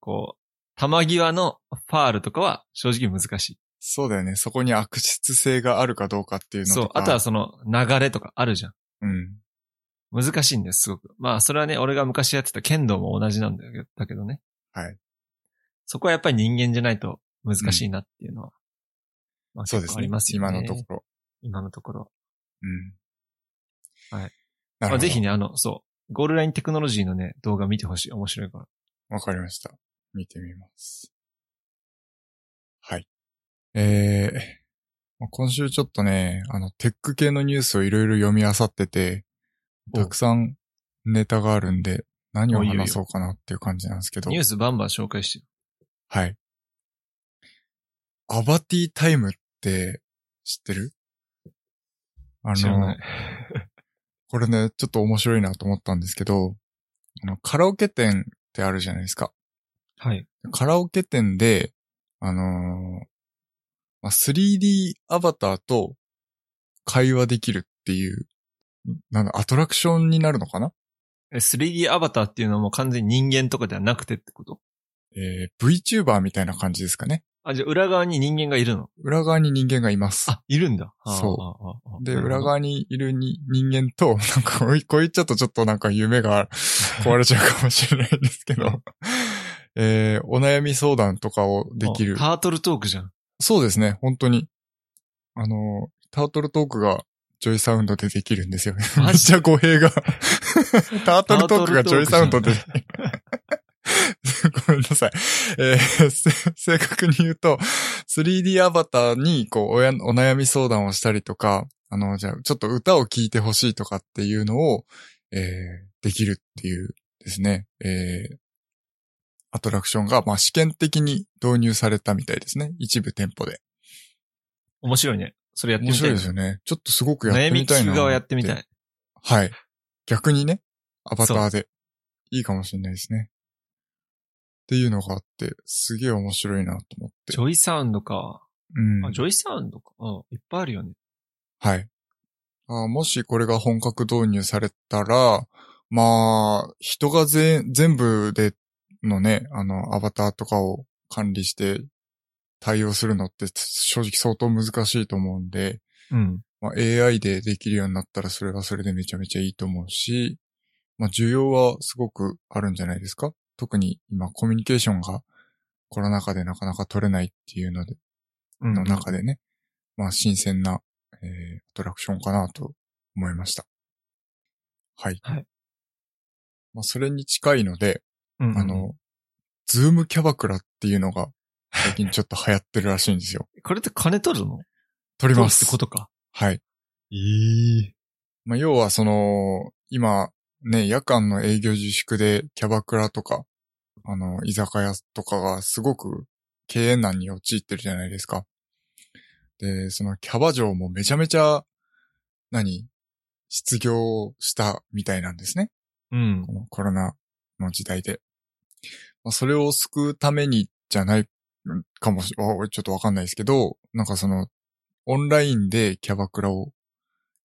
Speaker 1: こう、球際のファールとかは正直難しい。
Speaker 2: そうだよね。そこに悪質性があるかどうかっていうのと
Speaker 1: そう。
Speaker 2: か。
Speaker 1: あとはその流れとかあるじゃん。
Speaker 2: うん。
Speaker 1: 難しいんです、すごく。まあ、それはね、俺が昔やってた剣道も同じなんだけどだけどね。
Speaker 2: はい。
Speaker 1: そこはやっぱり人間じゃないと難しいなっていうのは。まあ、
Speaker 2: そうで
Speaker 1: 結
Speaker 2: す
Speaker 1: 構あ
Speaker 2: ね。
Speaker 1: りますよね。
Speaker 2: 今のところ。
Speaker 1: 今のところ。
Speaker 2: うん。
Speaker 1: はい。
Speaker 2: なるほど。
Speaker 1: まあ、ぜひね、あの、そう。ゴールラインテクノロジーのね、動画見てほしい。面白いから。
Speaker 2: わかりました。見てみます。はい。えー、まあ今週ちょっとね、あの、テック系のニュースをいろいろ読み漁ってて、
Speaker 1: お
Speaker 2: たくさんネタがあるんで、何を
Speaker 1: おいいよいいよ
Speaker 2: 話そうかなっていう感じなんですけど
Speaker 1: ニュ、ースバンバン紹介してよ
Speaker 2: はい。アバティタイムって知ってるあ
Speaker 1: 知らない。
Speaker 2: これね、ちょっと面白いなと思ったんですけど、あの、カラオケ店ってあるじゃないですか。
Speaker 1: はい。
Speaker 2: カラオケ店で、あのーまあ、3D アバターと会話できるっていう、なんだ、アトラクションになるのかな
Speaker 1: え 3D アバターっていうのはもう完全に人間とかではなくてってこと
Speaker 2: えー、VTuber みたいな感じですかね。
Speaker 1: あ、じゃあ裏側に人間がいるの
Speaker 2: 裏側に人間がいます。
Speaker 1: あ、いるんだ。あー
Speaker 2: そう
Speaker 1: あーあー
Speaker 2: で、
Speaker 1: なるほど
Speaker 2: 裏側にいるに人間と、 なんかこう、こう言っちゃうとちょっとなんか 夢が壊れちゃうかもしれないんですけど、えー、お悩み相談とかをできる
Speaker 1: あ。タートルトークじゃん。
Speaker 2: そうですね、本当に。あの、タートルトークがジョイサウンドでできるんですよね。 め
Speaker 1: マ
Speaker 2: っちゃ語弊が。タートルトークがジョイサウンドで。ごめんなさい。えーせ正確に言うと、3D アバターに、こうおや、お悩み相談をしたりとか、あの、じゃあ、ちょっと歌を聴いてほしいとかっていうのを、えーできるっていうですね、えーアトラクションが、まあ、試験的に導入されたみたいですね。一部店舗で。
Speaker 1: 面白いね。それやってみ
Speaker 2: 面
Speaker 1: た
Speaker 2: 白
Speaker 1: い。
Speaker 2: いですよね。ちょっとすごくやっ
Speaker 1: 悩
Speaker 2: て
Speaker 1: み
Speaker 2: みたい
Speaker 1: 聞
Speaker 2: な。
Speaker 1: く側やってみたい。。
Speaker 2: はい。逆にね、アバターでいいかもしれないですね。っていうのがあって、すげえ面白いなと思って
Speaker 1: ジ。ョイサウンドか。
Speaker 2: うん。
Speaker 1: あ、ジョイサウンドか。うん。いっぱいあるよね。
Speaker 2: はい。あもしこれが本格導入されたら、まあ、人がぜ全部でのね、あの、アバターとかを管理して対応するのって正直相当難しいと思うんで、
Speaker 1: うん。
Speaker 2: まあ、AI でできるようになったらそれはそれでめちゃめちゃいいと思うし、まあ、需要はすごくあるんじゃないですか特に今コミュニケーションがコロナ禍でなかなか取れないっていうので、
Speaker 1: うん
Speaker 2: の中でね、まあ新鮮な、えーアトラクションかなと思いました。はい。
Speaker 1: はい
Speaker 2: まあそれに近いので、
Speaker 1: うんうん
Speaker 2: あの、ズームキャバクラっていうのが最近ちょっと流行ってるらしいんですよ。
Speaker 1: これって金取るの
Speaker 2: 取り
Speaker 1: 取る
Speaker 2: ま
Speaker 1: って
Speaker 2: す
Speaker 1: こ。とか。
Speaker 2: はい。
Speaker 1: ええ
Speaker 2: まあ、要はその、今、ね、夜間の営業自粛でキャバクラとか、あの、居酒屋とかがすごく経営難に陥ってるじゃないですか。で、そのキャバ嬢もめちゃめちゃ、何失業したみたいなんですね。
Speaker 1: うん
Speaker 2: こ。のコロナの時代で。まあ、それを救うためにじゃないうんかもし、あちょっとわかんないですけど、なんかその、オンラインでキャバクラを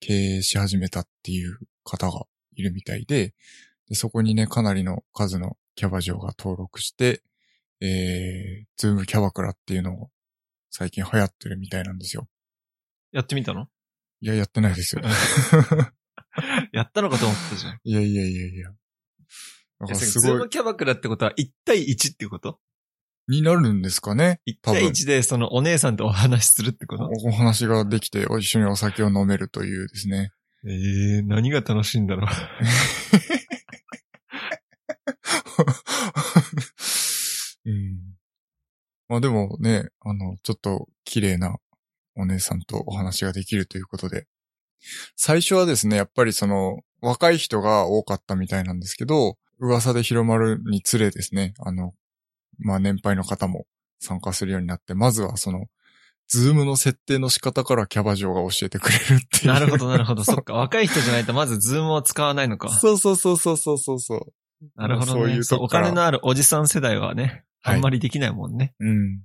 Speaker 2: 経営し始めたっていう方がいるみたいで、でそこにね、かなりの数のキャバ嬢が登録して、えー、ズームキャバクラっていうのを最近流行ってるみたいなんですよ。
Speaker 1: やってみた の
Speaker 2: いや、やってないで すよ。
Speaker 1: やったのかと思ってたじゃん。
Speaker 2: いやいやいやいや。なん
Speaker 1: え
Speaker 2: か
Speaker 1: そ
Speaker 2: す
Speaker 1: れズー
Speaker 2: ごい
Speaker 1: ム、キャバクラってことは1対1ってこと
Speaker 2: になるんですかね
Speaker 1: ?1
Speaker 2: 多分
Speaker 1: 対1でそのお姉さんとお話しするってこと
Speaker 2: おお 話ができて、一緒にお酒を飲めるというですね。
Speaker 1: ええ何が楽しいんだろう。
Speaker 2: うん。まあでもね、あの、ちょっと綺麗なお姉さんとお話ができるということで。最初はですね、やっぱりその、若い人が多かったみたいなんですけど、噂で広まるにつれですね、あの、まあ年配の方も参加するようになって、まずはその、ズームの設定の仕方からキャバ嬢が教えてくれるっていう。
Speaker 1: なるほど、なるほど。そっか。若い人じゃないと、まずズームを使わないのか。
Speaker 2: そうそうそうそうそうそうそう。
Speaker 1: なるほどね。
Speaker 2: そういう
Speaker 1: そう
Speaker 2: とこ
Speaker 1: お
Speaker 2: から
Speaker 1: 金のあるおじさん世代はね、
Speaker 2: はい
Speaker 1: あんまりできないもんね。
Speaker 2: うん。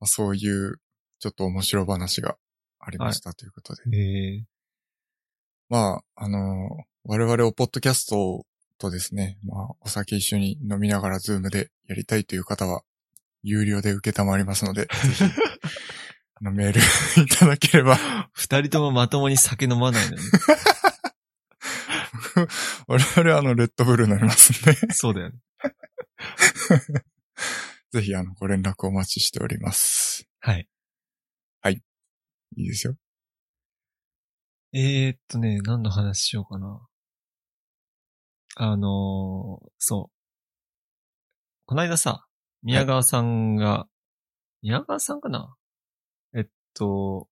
Speaker 2: まあ、そういう、ちょっと面白話がありましたということで。
Speaker 1: ええ
Speaker 2: まあ、あのー我々をポッドキャストとですね、まあ、お酒一緒に飲みながらズームでやりたいという方は、有料で受けたまわります ので、ぜひ、あのメールいただければ、
Speaker 1: 二人ともまともに酒飲まないのに。
Speaker 2: 我々はあの、レッドブルになりますんで、
Speaker 1: そうだよね。
Speaker 2: ぜひ、あの、ご連絡お待ちしております。
Speaker 1: はい。
Speaker 2: いいですよ。
Speaker 1: えー、っとね、何の話しようかな。あのーそう。こないださ、宮川さんが、宮川さんかなえっと、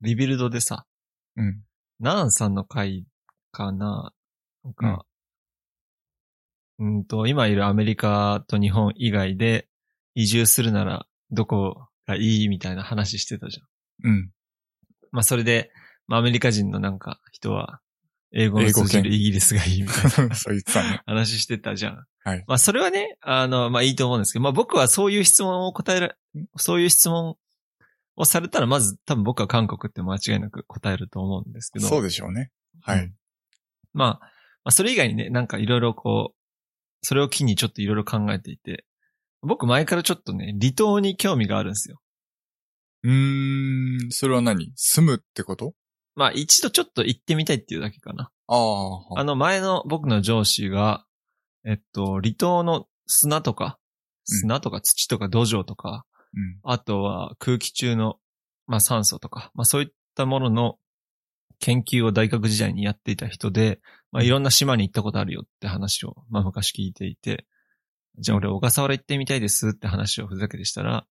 Speaker 1: リビルドでさ、
Speaker 2: うん。
Speaker 1: ナーンさんの回かななんか、うん、と、今いるアメリカと日本以外で移住するならどこがいいみたいな話してたじゃん。
Speaker 2: うん。
Speaker 1: まあそれで、まあアメリカ人のなんか人は英語の
Speaker 2: 英語
Speaker 1: 通
Speaker 2: 圏
Speaker 1: じるイギリスがいいみたいな
Speaker 2: そう言ってたね。
Speaker 1: 話してたじゃん。
Speaker 2: はい
Speaker 1: まあそれはね、あの、まあいいと思うんですけど、まあ僕はそういう質問を答えら、そういう質問をされたら、まず多分僕は韓国って間違いなく答えると思うんですけど。
Speaker 2: そうでしょうね。は
Speaker 1: う
Speaker 2: い
Speaker 1: ん。まあ、まあ、それ以外にね、なんかいろいろこう、それを機にちょっといろいろ考えていて、僕前からちょっとね、離島に興味があるんですよ。
Speaker 2: うーん、それは何住むってこと
Speaker 1: まあ一度ちょっと行ってみたいっていうだけかな。
Speaker 2: ああ、
Speaker 1: あの前の僕の上司が、えっと、離島の砂とか、
Speaker 2: うん
Speaker 1: 砂とか土とか土壌とか、
Speaker 2: うん。
Speaker 1: あとは空気中の、まあ、酸素とか、まあ、そういったものの研究を大学時代にやっていた人で、まあ、いろんな島に行ったことあるよって話を、まあ、昔聞いていて、じゃあ俺小笠原行ってみたいですって話をふざけてしたら、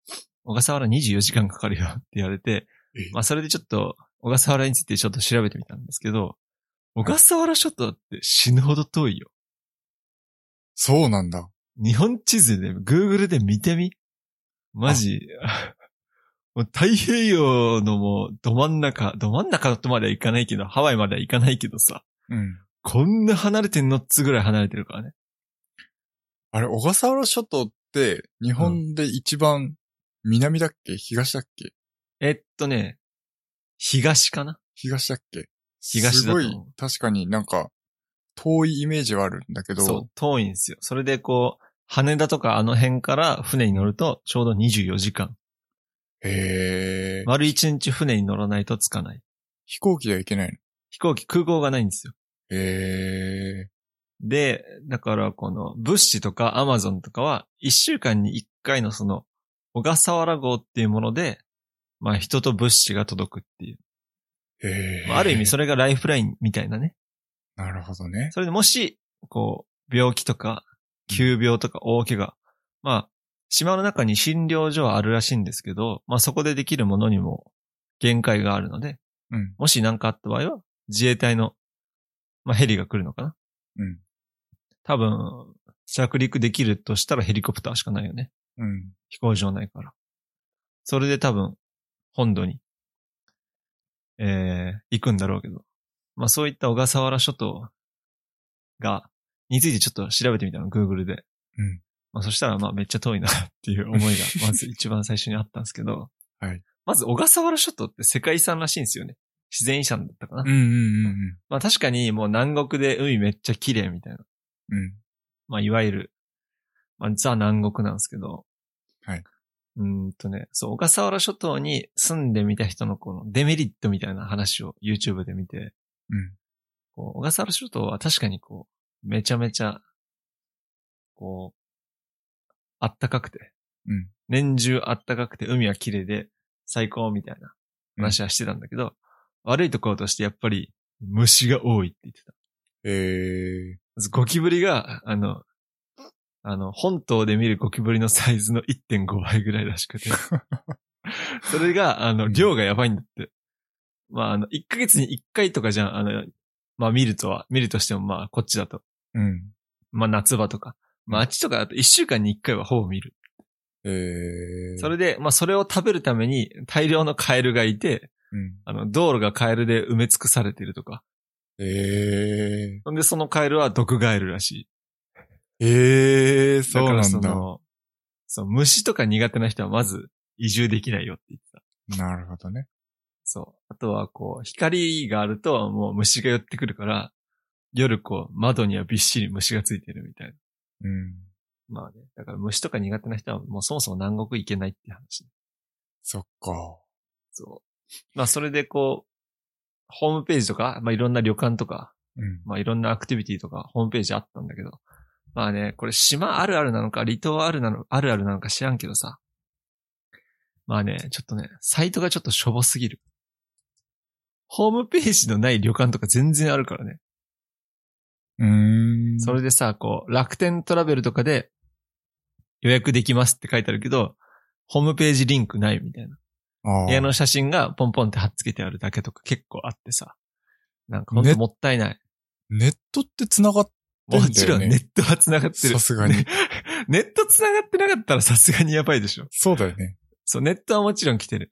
Speaker 1: 小笠原24時間かかるよって言われて、
Speaker 2: え
Speaker 1: まあ、それでちょっと小笠原についてちょっと調べてみたんですけど、小笠原諸島って死ぬほど遠いよ。
Speaker 2: そうなんだ。
Speaker 1: 日本地図で、Google で見てみマジ。 もう太平洋のもうど真ん中、ど真ん中とまでは行かないけど、ハワイまでは行かないけどさ、
Speaker 2: うん。
Speaker 1: こんな離れてんのっつぐらい離れてるからね。
Speaker 2: あれ、小笠原諸島って、日本で一番、南だっけ東だっけ
Speaker 1: えっとね、東かな
Speaker 2: 東だっけ
Speaker 1: 東だと思う
Speaker 2: すごい、確かになんか、遠いイメージはあるんだけど、
Speaker 1: そう、遠いんですよ。それでこう、羽田とかあの辺から船に乗るとちょうど24時間。
Speaker 2: へえ、
Speaker 1: 丸1日船に乗らないと着かない。
Speaker 2: 飛行機では行けないの
Speaker 1: 飛行機空港がないんですよ。
Speaker 2: へえ、
Speaker 1: で、だからこの物資とかアマゾンとかは一週間に一回のその小笠原号っていうもので、まあ人と物資が届くっていう。
Speaker 2: へえ。
Speaker 1: まあある意味それがライフラインみたいなね。
Speaker 2: なるほどね。
Speaker 1: それでもし、こう、病気とか、急病とか大怪我。まあ、島の中に診療所はあるらしいんですけど、まあそこでできるものにも限界があるので、
Speaker 2: うん。
Speaker 1: もし何かあった場合は、自衛隊の、まあ、ヘリが来るのかな
Speaker 2: うん。
Speaker 1: 多分、着陸できるとしたらヘリコプターしかないよね。
Speaker 2: うん。
Speaker 1: 飛行場ないから。それで多分、本土に、えー、行くんだろうけど。まあ、そういった小笠原諸島が、についてちょっと調べてみたの、Google で。
Speaker 2: うん。
Speaker 1: まあ、そしたら、まあ、めっちゃ遠いなっていう思い が、まず一番最初にあったんですけど。
Speaker 2: はい。
Speaker 1: まず、小笠原諸島って世界遺産らしいんですよね。自然遺産だったかな。
Speaker 2: うんうんうん
Speaker 1: まあ、確かにもう南国で海めっちゃ綺麗みたいな。
Speaker 2: うん。うん。
Speaker 1: まあ、いわゆる、まあ、ザ南国なんですけど。
Speaker 2: はい。
Speaker 1: うーんとね、そう、小笠原諸島に住んでみた人のこのデメリットみたいな話を YouTube で見て、
Speaker 2: うん。
Speaker 1: こう小笠原諸島は確かにこう、めちゃめちゃ、こう、あったかくて、
Speaker 2: うん。
Speaker 1: 年中あったかくて海は綺麗で最高みたいな話はしてたんだけど、悪いところとしてやっぱり虫が多いって言ってた。
Speaker 2: ええ、
Speaker 1: ゴキブリが、あの、あの、本島で見るゴキブリのサイズの1.5倍ぐらいらしくて。それが、あの、
Speaker 2: うん
Speaker 1: 量がやばいんだって。まあ、あの、1ヶ月に1回とかじゃん、あの、まあ見るとは、見るとしてもまあこっちだと。
Speaker 2: うん。
Speaker 1: まあ夏場とか。まああっちとかだと1週間に1回はほぼ見る。
Speaker 2: ええ。
Speaker 1: それで、まあそれを食べるために大量のカエルがいて、
Speaker 2: うん。
Speaker 1: あの、道路がカエルで埋め尽くされているとか。
Speaker 2: ええ。
Speaker 1: ほんで、そのカエルは毒ガエルらしい。
Speaker 2: ええ、そう
Speaker 1: だか
Speaker 2: なん
Speaker 1: らそ
Speaker 2: だ。
Speaker 1: のそう、虫とか苦手な人はまず移住できないよって言ってた。
Speaker 2: なるほどね。
Speaker 1: そう。あとはこう、光があるともう虫が寄ってくるから、夜こう、窓にはびっしり虫がついてるみたいな。
Speaker 2: うん。
Speaker 1: まあね。だから虫とか苦手な人はもうそもそも南国行けないって話。
Speaker 2: そっか。
Speaker 1: そう。まあそれでこう、ホームページとか、まあいろんな旅館とか、
Speaker 2: うん。
Speaker 1: まあいろんなアクティビティとかホームページあったんだけど、まあね、これ島あるあるなのか離島あるなの、あるあるなのか知らんけどさ。まあね、ちょっとね、サイトがちょっとしょぼすぎる。ホームページのない旅館とか全然あるからね。
Speaker 2: うーん。
Speaker 1: それでさ、こう、楽天トラベルとかで予約できますって書いてあるけど、ホームページリンクないみたいな。
Speaker 2: ああ
Speaker 1: 部屋の写真がポンポンって貼っつけてあるだけとか結構あってさ。なんかほんともったいない。
Speaker 2: ネットって繋がっ
Speaker 1: もちろん
Speaker 2: ね
Speaker 1: ネットは繋がって
Speaker 2: て
Speaker 1: る
Speaker 2: る。さ。すがに。
Speaker 1: ネット繋がってなかったらさすがにやばいでしょ。
Speaker 2: そうだよね。
Speaker 1: そう、ネットはもちろん来てる。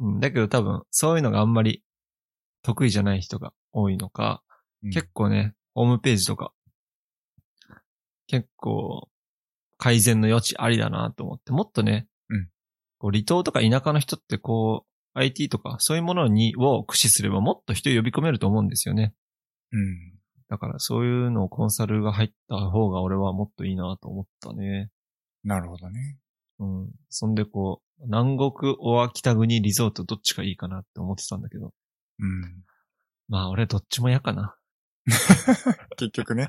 Speaker 1: うん、だけど多分、そういうのがあんまり得意じゃない人が多いのか、
Speaker 2: うん
Speaker 1: 結構ね、ホームページとか、結構、改善の余地ありだなと思って、もっとね、
Speaker 2: うん
Speaker 1: こう離島とか田舎の人ってこう、IT とかそういうものに、を駆使すればもっと人を呼び込めると思うんですよね。
Speaker 2: うん。
Speaker 1: だからそういうのをコンサルが入った方が俺はもっといいなと思ったね。
Speaker 2: なるほどね。
Speaker 1: うん。そんでこう、南国、オア、北国、リゾートどっちがいいかなって思ってたんだけど。
Speaker 2: うん。
Speaker 1: まあ俺どっちも嫌かな。
Speaker 2: 結局ね、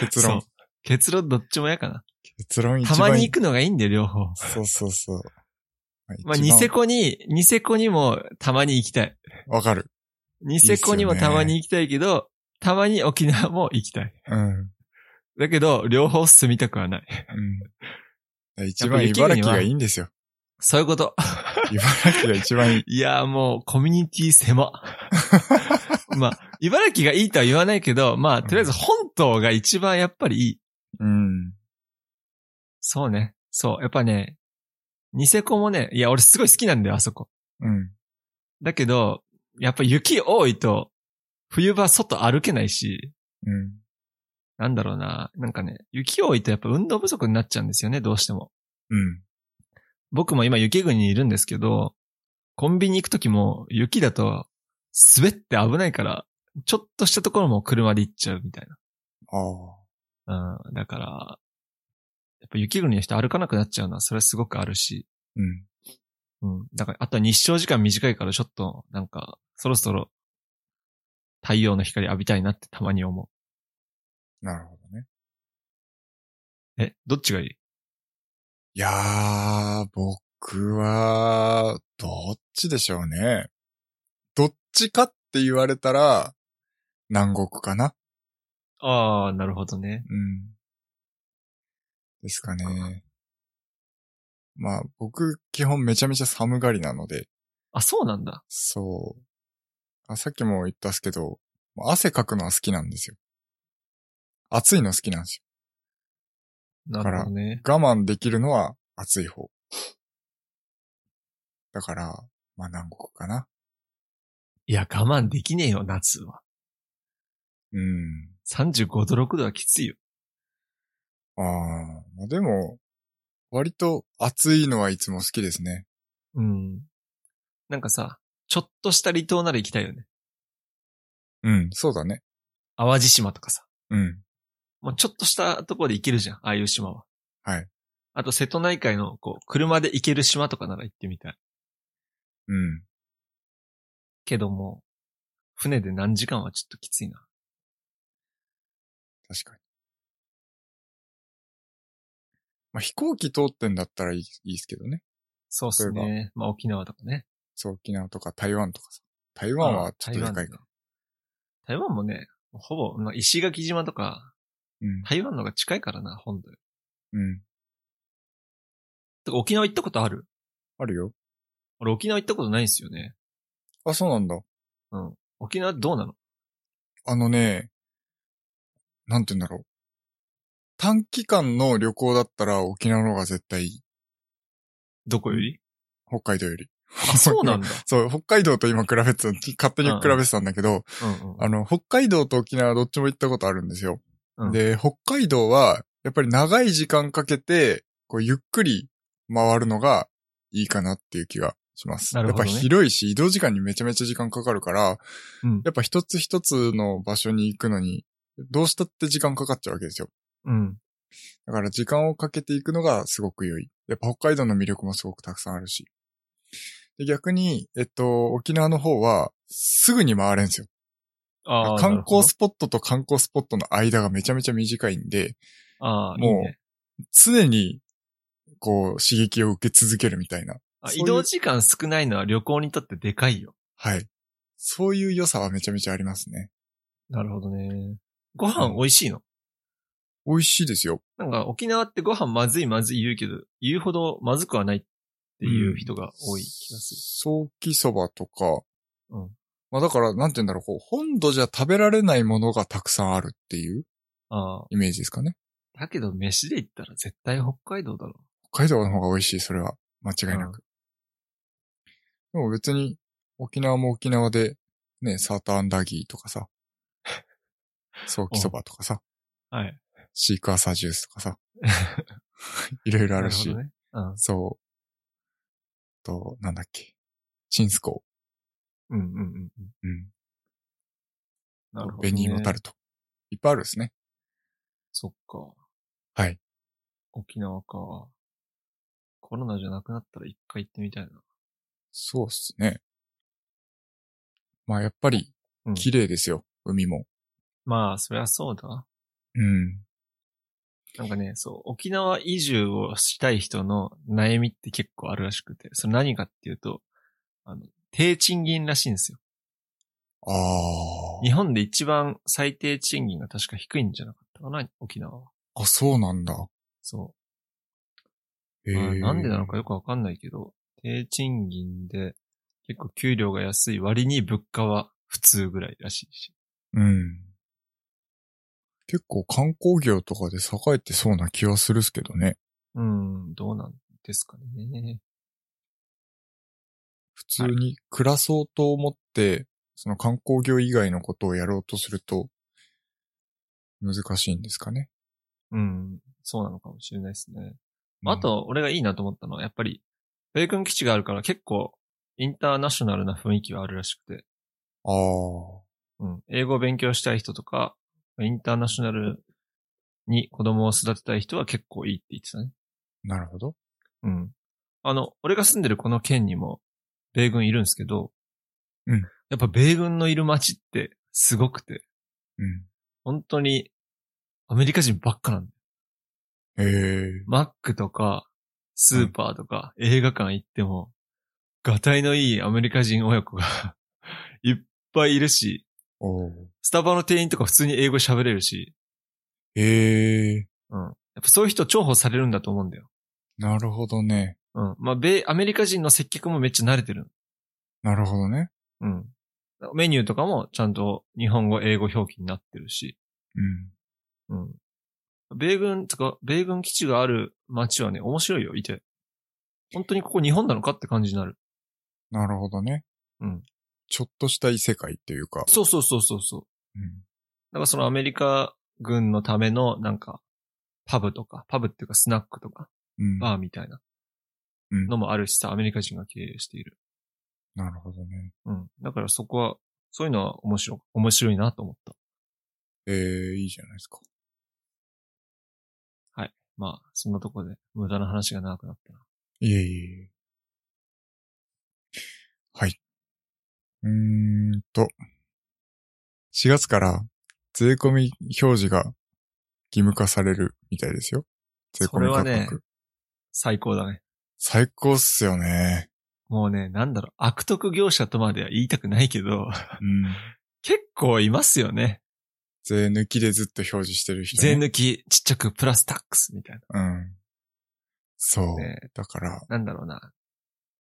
Speaker 2: 結論
Speaker 1: そう。結論どっちも嫌かな。
Speaker 2: 結論一
Speaker 1: た
Speaker 2: 番。
Speaker 1: まに行くのがいいんだよ、両方。
Speaker 2: そうそうそう。
Speaker 1: まあ、
Speaker 2: 一番
Speaker 1: ニセコに、ニセコにもたまに行きたい。
Speaker 2: わかる。
Speaker 1: ニセコにもたまに行きたいけど、たまに沖縄も行きたい。
Speaker 2: うん。うん
Speaker 1: だけど、両方住みたくはない。
Speaker 2: 一番茨城がいいん ですよ。
Speaker 1: そういうこと。
Speaker 2: 茨城が一番いい。
Speaker 1: いや、もう、コミュニティ狭。まあ、茨城がいいとは言わないけど、まあ、とりあえず本島が一番やっぱりいい。
Speaker 2: うん。
Speaker 1: そうね。そう。やっぱね、ニセコもね、いや、俺すごい好きなんだよ、あそこ。
Speaker 2: うん。
Speaker 1: だけど、やっぱ雪多いと、冬場外歩けないし、
Speaker 2: うん。
Speaker 1: なんだろうな。なんかね、雪多いとやっぱ運動不足になっちゃうんですよね、どうしても。
Speaker 2: うん。
Speaker 1: 僕も今雪国にいるんですけど、コンビニ行くときも雪だと滑って危ないから、ちょっとしたところも車で行っちゃうみたい
Speaker 2: あ
Speaker 1: な。うん。だから、やっぱ雪国の人歩かなくなっちゃうのはそれはすごくあるし。
Speaker 2: ーうん。
Speaker 1: うん。だから、あとは日照時間短いからちょっと、なんか、そろそろ太陽の光浴びたいなってたまに思
Speaker 2: なるほどね。
Speaker 1: う。え、どっちがいい
Speaker 2: いやー、僕は、どっちでしょうね。どっちかって言われたら、南国かな
Speaker 1: ああ、なるほどね。
Speaker 2: うん。ですかね。まあ、僕、基本めちゃめちゃ寒がりなので、
Speaker 1: あ、そうなんだ。
Speaker 2: そう。あさっきも言ったっすけど、汗かくのは好きなんですよ。暑いの好きなんです
Speaker 1: なるほどね。
Speaker 2: よ。我慢できるのは暑い方。だから、まあ南国かな。
Speaker 1: いや、我慢できねえよ、夏は。
Speaker 2: うん。
Speaker 1: 35度、6度はきついよ。
Speaker 2: ああ、まあでも、割と暑いのはいつも好きですね。
Speaker 1: うん。なんかさ、ちょっとした離島なら行きたいよね。
Speaker 2: うん、そうだね。
Speaker 1: 淡路島とかさ。
Speaker 2: うん。
Speaker 1: もうちょっとしたところで行けるじゃん、ああいう島は。
Speaker 2: はい。
Speaker 1: あと、瀬戸内海の、こう、車で行ける島とかなら行ってみたい。
Speaker 2: うん。
Speaker 1: けども、船で何時間はちょっときついな。
Speaker 2: 確かに。まあ飛行機通ってんだったらいいいいですけどね。
Speaker 1: そうっす
Speaker 2: 例
Speaker 1: ね。まあ、沖縄とかね。
Speaker 2: そう、沖縄とか台湾とかさ。台湾はちょっとでかいか
Speaker 1: あ。台湾もね、ほぼ、まあ石垣島とか、
Speaker 2: うん。
Speaker 1: 台湾の方が近いからな、本土よ。
Speaker 2: うん。
Speaker 1: てか沖縄行ったことある
Speaker 2: あるよ。
Speaker 1: 俺沖縄行ったことないんすよね。
Speaker 2: あ、そうなんだ。
Speaker 1: 沖縄どうなの
Speaker 2: あのね、なんて言うんだろう。短期間の旅行だったら沖縄の方が絶対いい。
Speaker 1: どこよ り
Speaker 2: 北海道より。
Speaker 1: あ、そうなんだ。
Speaker 2: そう、北海道と今比べてた、勝手に比べてたんだけど、
Speaker 1: うんうん。
Speaker 2: あの、北海道と沖縄どっちも行ったことあるんですよ。
Speaker 1: うん
Speaker 2: で、北海道は、やっぱり長い時間かけて、こう、ゆっくり回るのがいいかなっていう気がします。
Speaker 1: なるほどね
Speaker 2: やっぱ広いし、移動時間にめちゃめちゃ時間かかるから、
Speaker 1: うん
Speaker 2: やっぱ一つ一つの場所に行くのに、どうしたって時間かかっちゃうわけですよ。
Speaker 1: うん。
Speaker 2: だから時間をかけていくのがすごく良い。やっぱ北海道の魅力もすごくたくさんあるし。で逆に、えっと、沖縄の方は、すぐに回れんすよ。
Speaker 1: ああ。
Speaker 2: 観光
Speaker 1: ス
Speaker 2: スポットと観光スポットの間がめちゃめちゃ短いんで、
Speaker 1: ああ、
Speaker 2: も
Speaker 1: い
Speaker 2: う
Speaker 1: いね。
Speaker 2: 常に、こう、刺激を受け続けるみたいな。
Speaker 1: あ
Speaker 2: そういう
Speaker 1: 移動時間少ないのは旅行にとってでかいよ。
Speaker 2: はい。そういう良さはめちゃめちゃありますね。
Speaker 1: なるほどね。ご飯美味しいの、
Speaker 2: 美味しいですよ。
Speaker 1: なんか沖縄ってご飯まずいまずい言うけど、言うほどまずくはないっていう人が多い気がする。
Speaker 2: 早期そばとか、
Speaker 1: うん
Speaker 2: まあだから、なんて言うんだろう、こう、本土じゃ食べられないものがたくさんあるっていう
Speaker 1: あ
Speaker 2: イメージですかね。
Speaker 1: あ。だけど飯で行ったら絶対北海道だろ。
Speaker 2: 北海道の方が美味しい、それは。間違いなく。でも別に、沖縄も沖縄で、ね、サーターアンダーギーと かさ、ソーキそばとかさ、
Speaker 1: はい。
Speaker 2: シークワーサー ジュースとかさ、いろいろあるし、
Speaker 1: なほどね。うん。
Speaker 2: そと、なんだっけ。チンスコ
Speaker 1: うんうんうん。
Speaker 2: ー。うん。
Speaker 1: なるほど、ね。
Speaker 2: ベニーモタルト。いっぱいあるんですね。
Speaker 1: そっか。
Speaker 2: はい。
Speaker 1: 沖縄か。コロナじゃなくなったら一回行ってみたいな。
Speaker 2: そうっすね。まあやっぱり
Speaker 1: うん、
Speaker 2: 綺麗ですよ、海も。
Speaker 1: まあ、そりゃそうだ。
Speaker 2: うん。
Speaker 1: なんかね、そう、沖縄移住をしたい人の悩みって結構あるらしくて、それ何かっていうと、あの、低賃金らしいんですよ。
Speaker 2: ああ。
Speaker 1: 日本で一番最低賃金が確か低いんじゃなかったかな、沖縄は。
Speaker 2: あ、そうなんだ。
Speaker 1: そ
Speaker 2: へ
Speaker 1: う。まあ
Speaker 2: え。
Speaker 1: なんでなのかよくわかんないけど、低賃金で結構給料が安い割に物価は普通ぐらいらしいし。
Speaker 2: うん。結構観光業とかで栄えてそうな気はするっすけどね。
Speaker 1: うん、どうなんですかね。
Speaker 2: 普通に暮らそうと思って、その観光業以外のことをやろうとすると、難しいんですかね。
Speaker 1: うん、そうなのかもしれないですね。あと、俺がいいなと思ったのは、やっぱり、米軍基地があるから結構、インターナショナルな雰囲気があるらしくて、
Speaker 2: うん、ああ。
Speaker 1: うん。英語を勉強したい人とか、インターナショナルに子供を育てたい人は結構いいって言ってたね。
Speaker 2: なるほど。
Speaker 1: うん。あの、俺が住んでるこの県にも、米軍いるんですけど、
Speaker 2: うん
Speaker 1: やっぱ米軍のいる街って、すごくて、
Speaker 2: うん。
Speaker 1: 本当に、アメリカ人ばっかなんだよ
Speaker 2: へえ。
Speaker 1: マックとか、スーパーとか、映画館行っても、ガタイのいいアメリカ人親子が、 いっぱいいるし、
Speaker 2: おー
Speaker 1: スタバの店員とか普通に英語喋れるし、
Speaker 2: へえ。
Speaker 1: うん。やっぱそういう人重宝されるんだと思うんだよ。
Speaker 2: なるほどね。
Speaker 1: うん。まあ、米、アメリカ人の接客もめっちゃ慣れてる
Speaker 2: なるほどね。
Speaker 1: の。うん。メニューとかもちゃんと日本語、英語表記になってるし、
Speaker 2: うん。
Speaker 1: うん。米軍とか、米軍基地がある街はね、面白いよ、いて。本当にここ日本なのかって感じになる。
Speaker 2: なるほどね。
Speaker 1: うん。
Speaker 2: ちょっとした異世界っていうか。
Speaker 1: そうそうそうそうそう。
Speaker 2: うん。
Speaker 1: なんかそのアメリカ軍のためのなんか、パブとか、パブっていうかスナックとか、
Speaker 2: うん。
Speaker 1: バーみたいな
Speaker 2: うん
Speaker 1: のもあるしさ、アメリカ人が経営している。
Speaker 2: なるほどね。
Speaker 1: うん。だからそこは、そういうのは面白い、面白いなと思った。
Speaker 2: ええ、いいじゃないですか。
Speaker 1: まあ、そんなとこで無駄な話が長くなったな。
Speaker 2: いえいえいえ。はい。うーんと。4月から税込み表示が義務化されるみたいですよ。税込み価
Speaker 1: それ
Speaker 2: 格。
Speaker 1: はね最高だね。
Speaker 2: 最高っすよね。
Speaker 1: もうね、なんだろう、悪徳業者とまでは言いたくないけど、
Speaker 2: うん。
Speaker 1: 結構いますよね。
Speaker 2: 税抜きでずっと表示してる人、
Speaker 1: 税
Speaker 2: ね。
Speaker 1: 抜き、ちっちゃくプラスタックスみたい
Speaker 2: うん。そう。
Speaker 1: な。ね、
Speaker 2: だから、
Speaker 1: なんだろうな。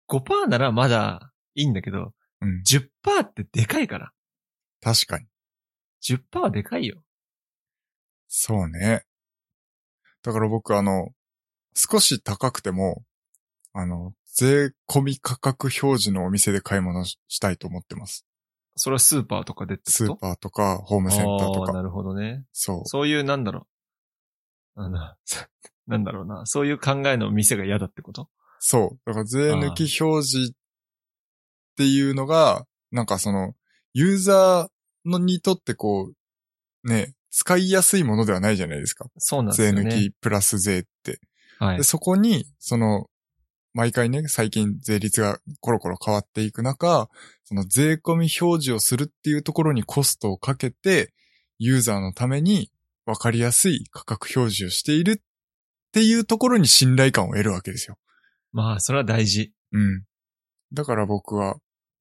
Speaker 1: 5%ならまだいいんだけど、
Speaker 2: うん。
Speaker 1: 10%ってでかいから。
Speaker 2: 確かに。
Speaker 1: 10%はでかいよ。
Speaker 2: そうね。だから僕あの、少し高くても、あの、税込み価格表示のお店で買い物ししたいと思ってます。
Speaker 1: それはスーパーとかでってこと
Speaker 2: スーパーとか、ホームセンターと
Speaker 1: あー
Speaker 2: か。
Speaker 1: なるほどね。
Speaker 2: そう。
Speaker 1: そういう、なんだろう。あの、 なんだろうな。そういう考えの店が嫌だってこと
Speaker 2: そう。だから税抜き表示っていうのが、なんかその、ユーザーのにとってこう、ね、使いやすいものではないじゃないですか。
Speaker 1: そうなんです
Speaker 2: 税
Speaker 1: よね。
Speaker 2: 抜きプラス税って。
Speaker 1: はい
Speaker 2: で、。そこに、その、毎回ね、最近税率がコロコロ変わっていく中、その税込み表示をするっていうところにコストをかけて、ユーザーのために分かりやすい価格表示をしているっていうところに信頼感を得るわけですよ。
Speaker 1: まあ、それは大事。
Speaker 2: うん。だから僕は、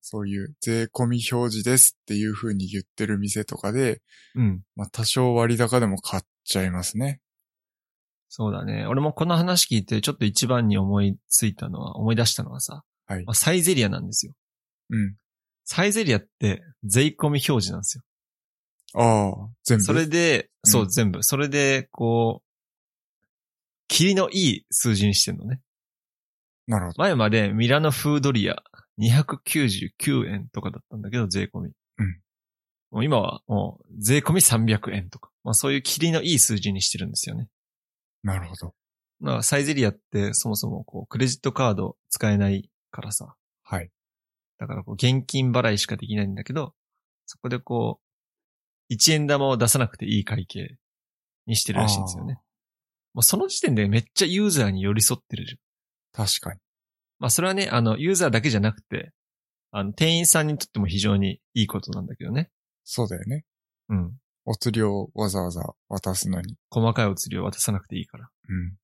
Speaker 2: そういう税込み表示ですっていう風に言ってる店とかで、
Speaker 1: うん。
Speaker 2: まあ多少割高でも買っちゃいますね。
Speaker 1: そうだね。俺もこの話聞いて、ちょっと一番に思いついたのは、思い出したのはさ、
Speaker 2: はい
Speaker 1: まあ、サイゼリアなんですよ。
Speaker 2: うん。
Speaker 1: サイゼリアって、税込み表示なんですよ。
Speaker 2: ああ、全部。
Speaker 1: それで、そう、
Speaker 2: うん
Speaker 1: 全部。それで、こう、霧のいい数字にしてんのね。
Speaker 2: なるほど。
Speaker 1: 前までミラノフードリア299円とかだったんだけど、税込み。
Speaker 2: うん
Speaker 1: もう今はもう税込み300円とか。まあそういう霧のいい数字にしてるんですよね。
Speaker 2: なるほど。
Speaker 1: まあサイゼリアってそもそもこうクレジットカード使えないからさ。
Speaker 2: はい。
Speaker 1: だからこう、現金払いしかできないんだけど、そこでこう、1円玉を出さなくていい会計にしてるらしいんですよね。もうその時点でめっちゃユーザーに寄り添ってるじゃん。
Speaker 2: 確かに。
Speaker 1: まあそれはね、あの、ユーザーだけじゃなくて、あの、店員さんにとっても非常にいいことなんだけどね。
Speaker 2: そうだよね。
Speaker 1: うん。
Speaker 2: お釣りをわざわざ渡すのに。
Speaker 1: 細かいお釣りを渡さなくていいから。
Speaker 2: うん。
Speaker 1: だ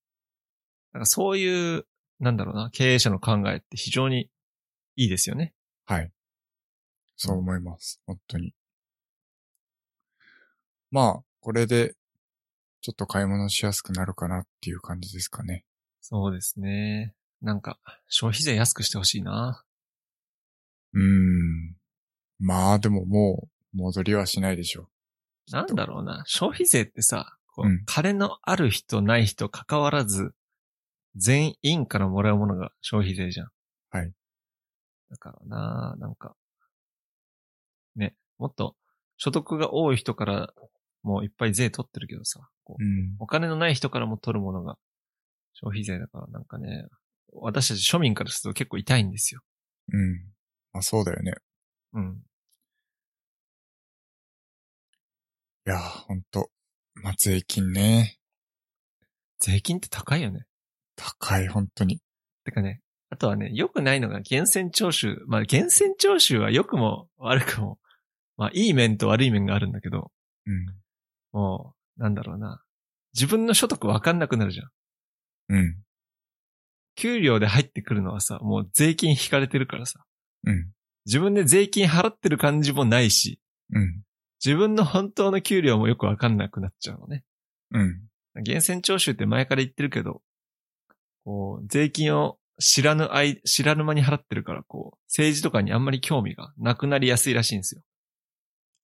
Speaker 1: からそういう、なんだろうな、経営者の考えって非常にいいですよね。
Speaker 2: はい。そう思います。本当に。まあ、これで、ちょっと買い物しやすくなるかなっていう感じですかね。
Speaker 1: そうですね。なんか、消費税安くしてほしいな。
Speaker 2: うーん。まあ、でももう、戻りはしないでしょう。
Speaker 1: なんだろうな、消費税ってさ、こう
Speaker 2: うん
Speaker 1: 金のある人ない人関わらず、全員からもらうものが消費税じゃん。
Speaker 2: はい。
Speaker 1: だからな、なんか、ね、もっと所得が多い人からもういっぱい税取ってるけどさ、こう
Speaker 2: うん。
Speaker 1: お金のない人からも取るものが消費税だからなんかね、私たち庶民からすると結構痛いんですよ。
Speaker 2: うん。まあ、そうだよね。
Speaker 1: うん。
Speaker 2: いやー、ほんと。まあ、税金ね。
Speaker 1: 税金って高いよね。
Speaker 2: 高い、本当に。
Speaker 1: てかね、あとはね、良くないのが源泉徴収。まあ、源泉徴収は良くも悪くも、まあ、いい面と悪い面があるんだけど、
Speaker 2: う
Speaker 1: もう、なんだろうな。自分の所得わかんなくなるじゃん。
Speaker 2: ん。うん。
Speaker 1: 給料で入ってくるのはさ、もう税金引かれてるからさ。
Speaker 2: うん。
Speaker 1: 自分で税金払ってる感じもないし、
Speaker 2: うん。
Speaker 1: 自分の本当の給料もよくわかんなくなっちゃうのね。
Speaker 2: うん。
Speaker 1: 源泉徴収って前から言ってるけど、こう、税金を知らぬ間、知らぬ間に払ってるから、こう、政治とかにあんまり興味がなくなりやすいらしいんですよ。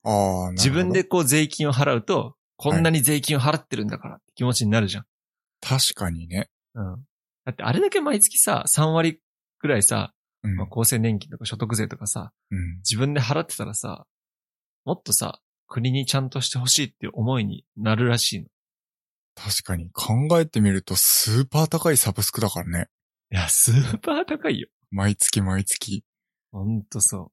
Speaker 2: ああ、なるほど
Speaker 1: 自分で。こう税金を払うと、こんなに税金を払ってるんだからって気持ちになるじゃん。
Speaker 2: 確かにね。
Speaker 1: うん。だってあれだけ毎月さ、3割くらいさ、
Speaker 2: うん。
Speaker 1: まあ、厚生年金とか所得税とかさ、
Speaker 2: うん。
Speaker 1: 自分で払ってたらさ、もっとさ、国にちゃんとしてほしいっていう思いになるらしいの。い
Speaker 2: 確かに。考えてみると、スーパー高いサブスクだからね。
Speaker 1: や、スーパー高いよ。
Speaker 2: 毎月毎月。
Speaker 1: ほんとそ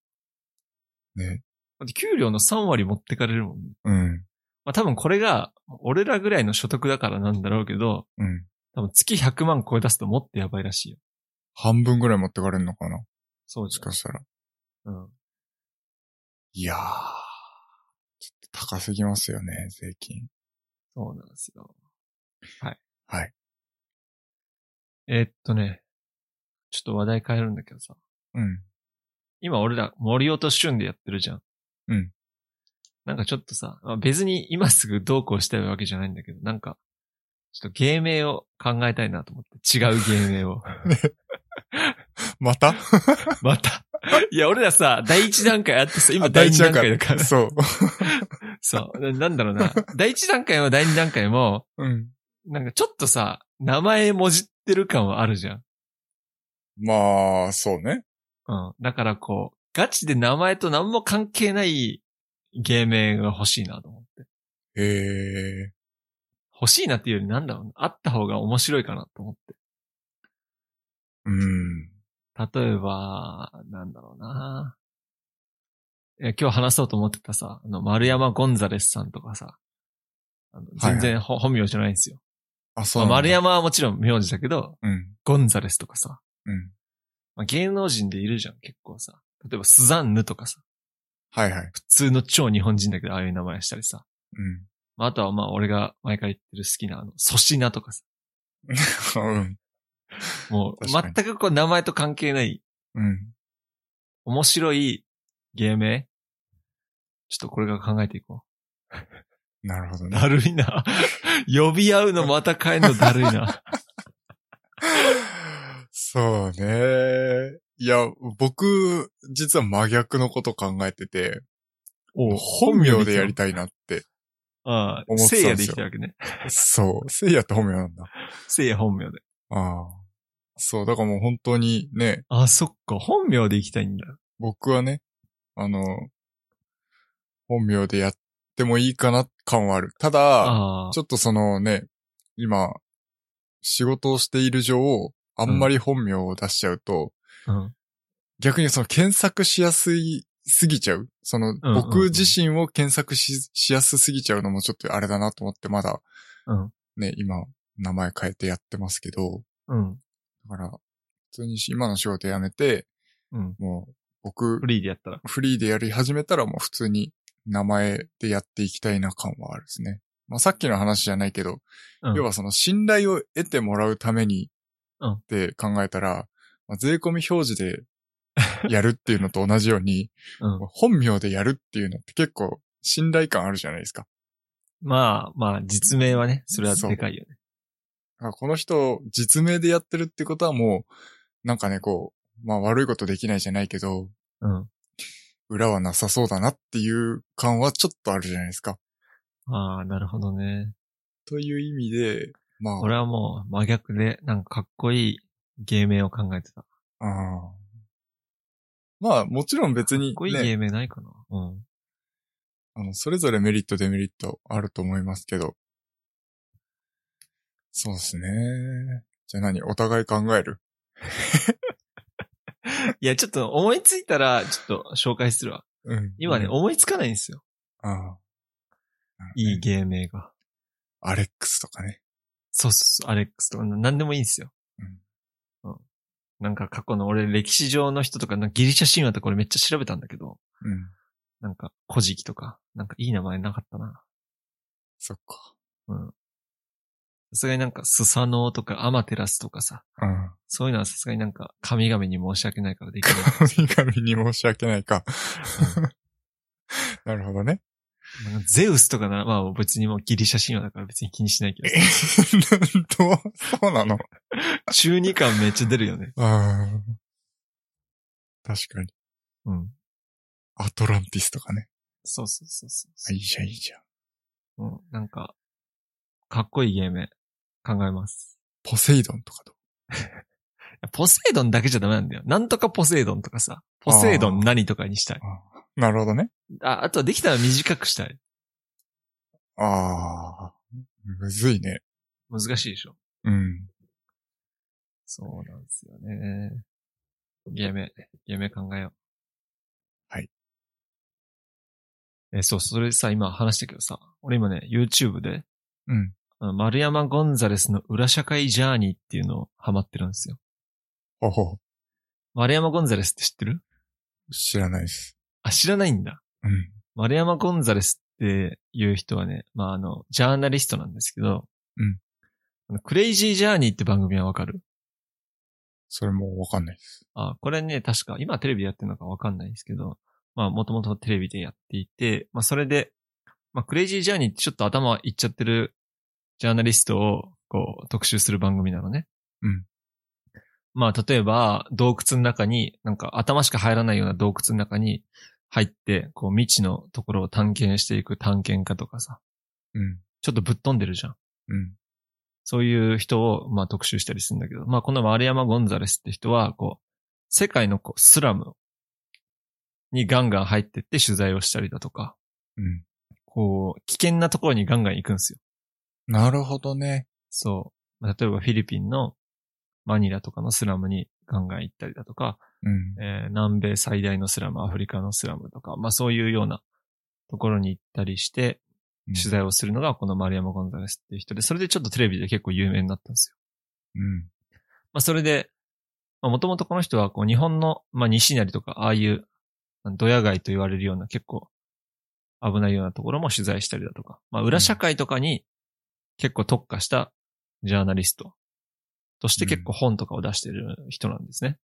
Speaker 1: う。
Speaker 2: ね。
Speaker 1: だって給料の3割持ってかれるもん、ね。
Speaker 2: うん。
Speaker 1: まあ多分これが、俺らぐらいの所得だからなんだろうけど、
Speaker 2: うん。
Speaker 1: 多分月100万超え出すともっとやばいらしいよ。
Speaker 2: 半分ぐらい持ってかれるのかなも
Speaker 1: そうじ
Speaker 2: しかしたら。
Speaker 1: ゃん。うん。
Speaker 2: いやー。ちょっと高すぎますよね、税金。
Speaker 1: そうなんですよ。はい。
Speaker 2: はい。
Speaker 1: えーっとね、ちょっと話題変えるんだけどさ、
Speaker 2: うん。
Speaker 1: 今俺ら森尾と旬でやってるじゃん。
Speaker 2: うん。
Speaker 1: なんかちょっとさ、まあ別に今すぐどうこうしたいわけじゃないんだけど、なんか、ちょっと芸名を考えたいなと思って、違う芸名 を。
Speaker 2: また
Speaker 1: また。いや、俺らさ、第一段階あってさ、今
Speaker 2: あ
Speaker 1: 第二段階だから。
Speaker 2: そう。
Speaker 1: そう。ななんだろうな。第一段階も第二段階も、
Speaker 2: うん。
Speaker 1: なんかちょっとさ、名前もじってる感はあるじゃん。
Speaker 2: まあ、そうね。
Speaker 1: うん。だからこう、ガチで名前と何も関係ない芸名が欲しいなと思って。
Speaker 2: へえ。
Speaker 1: 欲しいなっていうよりなんだろうな。あった方が面白いかなと思って。
Speaker 2: うん。
Speaker 1: 例えば、なんだろうな。え今日話そうと思ってたさ、あの、丸山ゴンザレスさんとかさ、あの全然ほ、本名じゃないんですよ。
Speaker 2: あ、そ
Speaker 1: ま
Speaker 2: う
Speaker 1: あ、
Speaker 2: なんだ
Speaker 1: 丸。山はもちろん名字だけど、
Speaker 2: うん。
Speaker 1: ゴンザレスとかさ、
Speaker 2: うん。
Speaker 1: まあ、芸能人でいるじゃん、結構さ。例えば、スザンヌとかさ、
Speaker 2: はいはい。
Speaker 1: 普通の超日本人だけど、ああいう名前したりさ。まあ、あとはまあ、俺が前から言ってる好きな、あの、粗品とかさ。
Speaker 2: うん。うん。
Speaker 1: もう、
Speaker 2: 確か
Speaker 1: 全
Speaker 2: に
Speaker 1: くこう、名前と関係ない、
Speaker 2: うん。
Speaker 1: 面白い芸名ちょっとこれから考えていこう。
Speaker 2: なるほどね。
Speaker 1: だるいな。 呼び合うのまた変えんのだるいな。
Speaker 2: そうね。いや、僕、実は真逆のこと考えてて、
Speaker 1: お
Speaker 2: 本名でやり
Speaker 1: い。
Speaker 2: たいなって。
Speaker 1: ああ、
Speaker 2: 思っ
Speaker 1: 聖夜
Speaker 2: てたん
Speaker 1: で
Speaker 2: で
Speaker 1: 生
Speaker 2: すよ
Speaker 1: きたわけね。
Speaker 2: そう。せいやって本名なんだ。
Speaker 1: 聖夜本名で。
Speaker 2: ああ。そう、だからもう本当にね、
Speaker 1: ああ、そっか。本名で生きたいんだ。
Speaker 2: 僕はね、あの、本名でやってもいいかな感はある。ただ、
Speaker 1: ああ。
Speaker 2: ちょっとそのね、今、仕事をしている上、あんまり本名を出しちゃうと、
Speaker 1: うん
Speaker 2: 逆にその検索しやすいすぎちゃうその、
Speaker 1: うん
Speaker 2: 僕自身を検索ししやすすぎちゃうのもちょっとあれだなと思って、まだ、
Speaker 1: うん
Speaker 2: ね、今、名前変えてやってますけど、
Speaker 1: うん。
Speaker 2: だから、普通に今の仕事辞めて、
Speaker 1: うん。
Speaker 2: もう、僕
Speaker 1: フ、リーでやったら。
Speaker 2: フリーでやり始めたらもう普通に名前でやっていきたいな感はあるですね。まあさっきの話じゃないけど、
Speaker 1: うん
Speaker 2: 要はその信頼を得てもらうために
Speaker 1: うん
Speaker 2: って考えたら、まあ、税込み表示でやるっていうのと同じように、
Speaker 1: うん
Speaker 2: まあ。本名でやるっていうのって結構信頼感あるじゃないですか。
Speaker 1: まあまあ、実名はね、それはでかいよね。
Speaker 2: あこの人、実名でやってるってことはもう、なんかね、こう、まあ悪いことできないじゃないけど、
Speaker 1: うん。
Speaker 2: 裏はなさそうだなっていう感はちょっとあるじゃないですか。
Speaker 1: ああ、なるほどね。
Speaker 2: という意味で、まあ、
Speaker 1: 俺はもう真逆で、なんかかっこいい芸名を考えてた。か
Speaker 2: ああまあ、もちろん別に
Speaker 1: っこいい
Speaker 2: ね、
Speaker 1: 芸名ないかな、うん。
Speaker 2: あの、それぞれメリット、デメリットあると思いますけど。そうですね。じゃあ何お互い考える
Speaker 1: いや、ちょっと思いついたら、ちょっと紹介するわ。
Speaker 2: うん。
Speaker 1: 今ね、
Speaker 2: うん
Speaker 1: 思いつかないんですよ。
Speaker 2: ああ
Speaker 1: いい芸名が。
Speaker 2: アレックスとかね。
Speaker 1: そうそうそう、アレックスとか、ななんでもいいんですよ。うん。なんか過去の俺、歴史上の人とか、なんかギリシャ神話とか俺めっちゃ調べたんだけど、
Speaker 2: うん。
Speaker 1: なんか、古事記とか、なんかいい名前なかったな。
Speaker 2: そっか。
Speaker 1: さすがになんか、スサノオとかアマテラスとかさ、
Speaker 2: うん。
Speaker 1: そういうのはさすがになんか、神々に申し訳ないからできない。
Speaker 2: 神々に申し訳ないか。 なるほどね。
Speaker 1: なんかゼウスとかなら、まあ別にもうギリシャ神話だから別に気にしないけど、
Speaker 2: どうそうなの
Speaker 1: 中二感めっちゃ出るよね。
Speaker 2: ああ。確かに。
Speaker 1: うん。
Speaker 2: アトランティスとかね。
Speaker 1: そうそうそうそう
Speaker 2: あ、いいじゃん、いいじゃん。
Speaker 1: うん。なんか、かっこいい芸名考えます。
Speaker 2: ポセイドンとかどう
Speaker 1: ポセイドンだけじゃダメなんだよ。なんとかポセイドンとかさ、ポセイドン何とかにしたい。
Speaker 2: なるほどね。
Speaker 1: あ、あとはできたら短くしたい。
Speaker 2: ああ、むずいね。
Speaker 1: 難しいでしょ。
Speaker 2: うん。
Speaker 1: そうなんですよね。芸名、芸名考えよう。
Speaker 2: はい。
Speaker 1: え、そう、それさ、今話したけどさ、俺今ね、YouTube で、
Speaker 2: うん。
Speaker 1: あの丸山ゴンザレスの裏社会ジャーニーっていうのをハマってるんですよ。
Speaker 2: ほほ。
Speaker 1: 丸山ゴンザレスって知ってる
Speaker 2: 知らないです。
Speaker 1: あ、知らないんだ。
Speaker 2: うん。
Speaker 1: 丸山ゴンザレスっていう人はね、まあ、あの、ジャーナリストなんですけど、
Speaker 2: うん
Speaker 1: あの。クレイジージャーニーって番組はわかる
Speaker 2: それもわかんないです。
Speaker 1: あ、これね、確か、今テレビでやってるのかわかんないですけど、まあ、もともとテレビでやっていて、まあ、それで、まあ、クレイジージャーニーってちょっと頭いっちゃってるジャーナリストを、こう、特集する番組なのね。
Speaker 2: うん。
Speaker 1: まあ、例えば、洞窟の中に、なんか頭しか入らないような洞窟の中に入って、こう、未知のところを探検していく探検家とかさ、
Speaker 2: うん。
Speaker 1: ちょっとぶっ飛んでるじゃん。
Speaker 2: うん。
Speaker 1: そういう人を、まあ、特集したりするんだけど、まあ、この丸山ゴンザレスって人は、こう、世界のこうスラムにガンガン入ってって取材をしたりだとか、
Speaker 2: うん。
Speaker 1: こう、危険なところにガンガン行くんですよ。
Speaker 2: なるほどね。
Speaker 1: そう。まあ例えばフィリピンのマニラとかのスラムにガンガン行ったりだとか、
Speaker 2: うん。
Speaker 1: えー南米最大のスラム、アフリカのスラムとか、まあそういうようなところに行ったりして、取材をするのがこの丸山ゴンザレスっていう人で、それでちょっとテレビで結構有名になったんですよ
Speaker 2: うん。
Speaker 1: まあ、それで、まあ、もともとこの人は、こう、日本の、まあ、西成とか、ああいう、ドヤ街と言われるような、結構、危ないようなところも取材したりだとか、まあ、裏社会とかに、結構特化した、ジャーナリスト、として結構本とかを出してる人なんですね。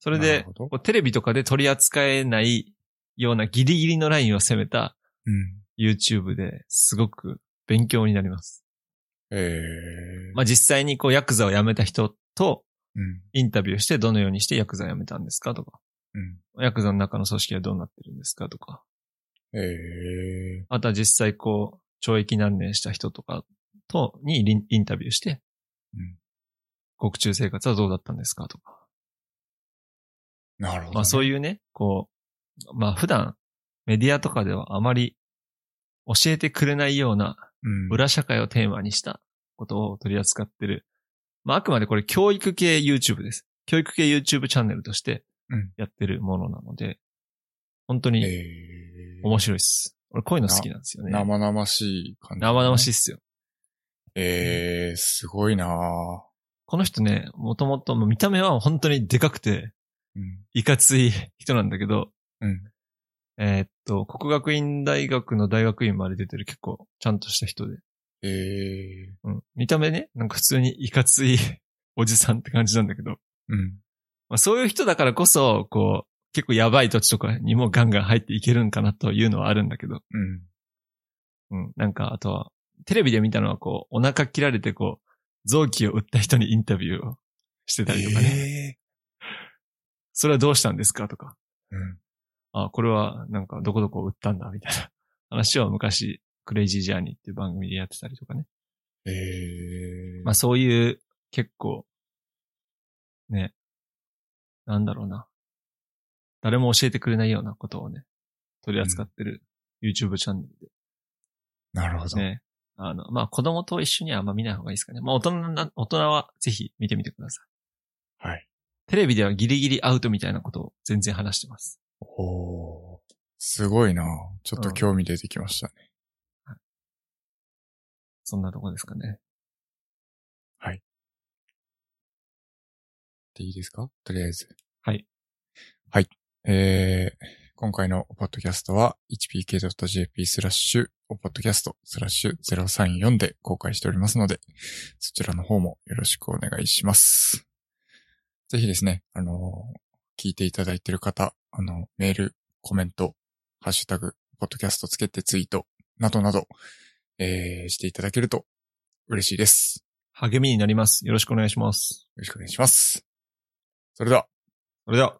Speaker 1: それ
Speaker 2: な
Speaker 1: で
Speaker 2: るほ、ど
Speaker 1: こうテレビとかで取り扱えないようなギリギリのラインを攻めた
Speaker 2: うん。
Speaker 1: YouTube ですごく勉強になります。
Speaker 2: えー。
Speaker 1: まあ、実際にこう、ヤクザを辞めた人と、
Speaker 2: うん。
Speaker 1: インタビューしてどのようにしてヤクザ辞めたんですかとか、
Speaker 2: うん。
Speaker 1: ヤクザの中の組織はどうなってるんですかとか、
Speaker 2: えー。
Speaker 1: あとは実際こう、懲役何年した人とかと、にリンインタビューして、
Speaker 2: うん
Speaker 1: 獄中生活はどうだったんですかとか、
Speaker 2: なるほど、ね。
Speaker 1: まあそう
Speaker 2: いう。
Speaker 1: いうね、こう、まあ普段メディアとかではあまり教えてくれないような
Speaker 2: うん。
Speaker 1: 裏社会をテーマにしたことを取り扱ってる。まああくまでこれ教育系 YouTube です。教育系 YouTube チャンネルとして
Speaker 2: うん
Speaker 1: やってるものなので、本当
Speaker 2: え
Speaker 1: に
Speaker 2: え
Speaker 1: 面白いです。俺こういうの好きなんですよね。
Speaker 2: 生々しい感じ。
Speaker 1: 生々
Speaker 2: い。
Speaker 1: しいっすよ。
Speaker 2: ええすごいなぁ。
Speaker 1: この人ね、もともともう見た目は本当にでかくて、
Speaker 2: うん。
Speaker 1: いかつい人なんだけど、
Speaker 2: うん。
Speaker 1: えーっと、国学院大学の大学院まで出てる結構ちゃんとした人で、
Speaker 2: ええ
Speaker 1: うん、見た目ね、なんか普通にいかついおじさんって感じなんだけど、
Speaker 2: うん。
Speaker 1: まあ、そういう人だからこそ、こう、結構やばい土地とかにもガンガン入っていけるんかなというのはあるんだけど、
Speaker 2: うん。
Speaker 1: うん、なんかあとは、テレビで見たのはこう、お腹切られてこう、臓器を売った人にインタビューをしてたりとかね、
Speaker 2: え
Speaker 1: それはどうしたんですかとか、
Speaker 2: えうん。
Speaker 1: あ、これはなんかどこどこ売ったんだみたいな話を昔、クレイジージャーニーっていう番組でやってたりとかね。
Speaker 2: ええ
Speaker 1: まあそういう結構、ね、なんだろうな。誰も教えてくれないようなことをね、取り扱ってる YouTube チャンネル
Speaker 2: なるほ
Speaker 1: で
Speaker 2: ど。
Speaker 1: ね。あの、まあ子供と一緒にはあんま見ない方がいいですかね。まあ大人な、大人はぜひ見てみてください。
Speaker 2: はい。
Speaker 1: テレビではギリギリアウトみたいなことを全然話してます。
Speaker 2: おーすごいなぁ。ちょっと興味出てきましたね。
Speaker 1: そんなとこですかね。
Speaker 2: でいいですかとりあえず。
Speaker 1: はい。
Speaker 2: はい。えー、今回のポッドキャストは hpk.jp スラッシュ、おポッドキャストスラッシュ034で公開しておりますので、そちらの方もよろしくお願いします。ぜひですね、あのー聞いていただいている方、あの、メール、コメント、ハッシュタグ、ポッドキャストつけてツイート、などなど、えー、していただけると嬉しいです。
Speaker 1: 励みになります。よろしくお願いします。
Speaker 2: よろしくお願いします。それでは、
Speaker 1: それでは。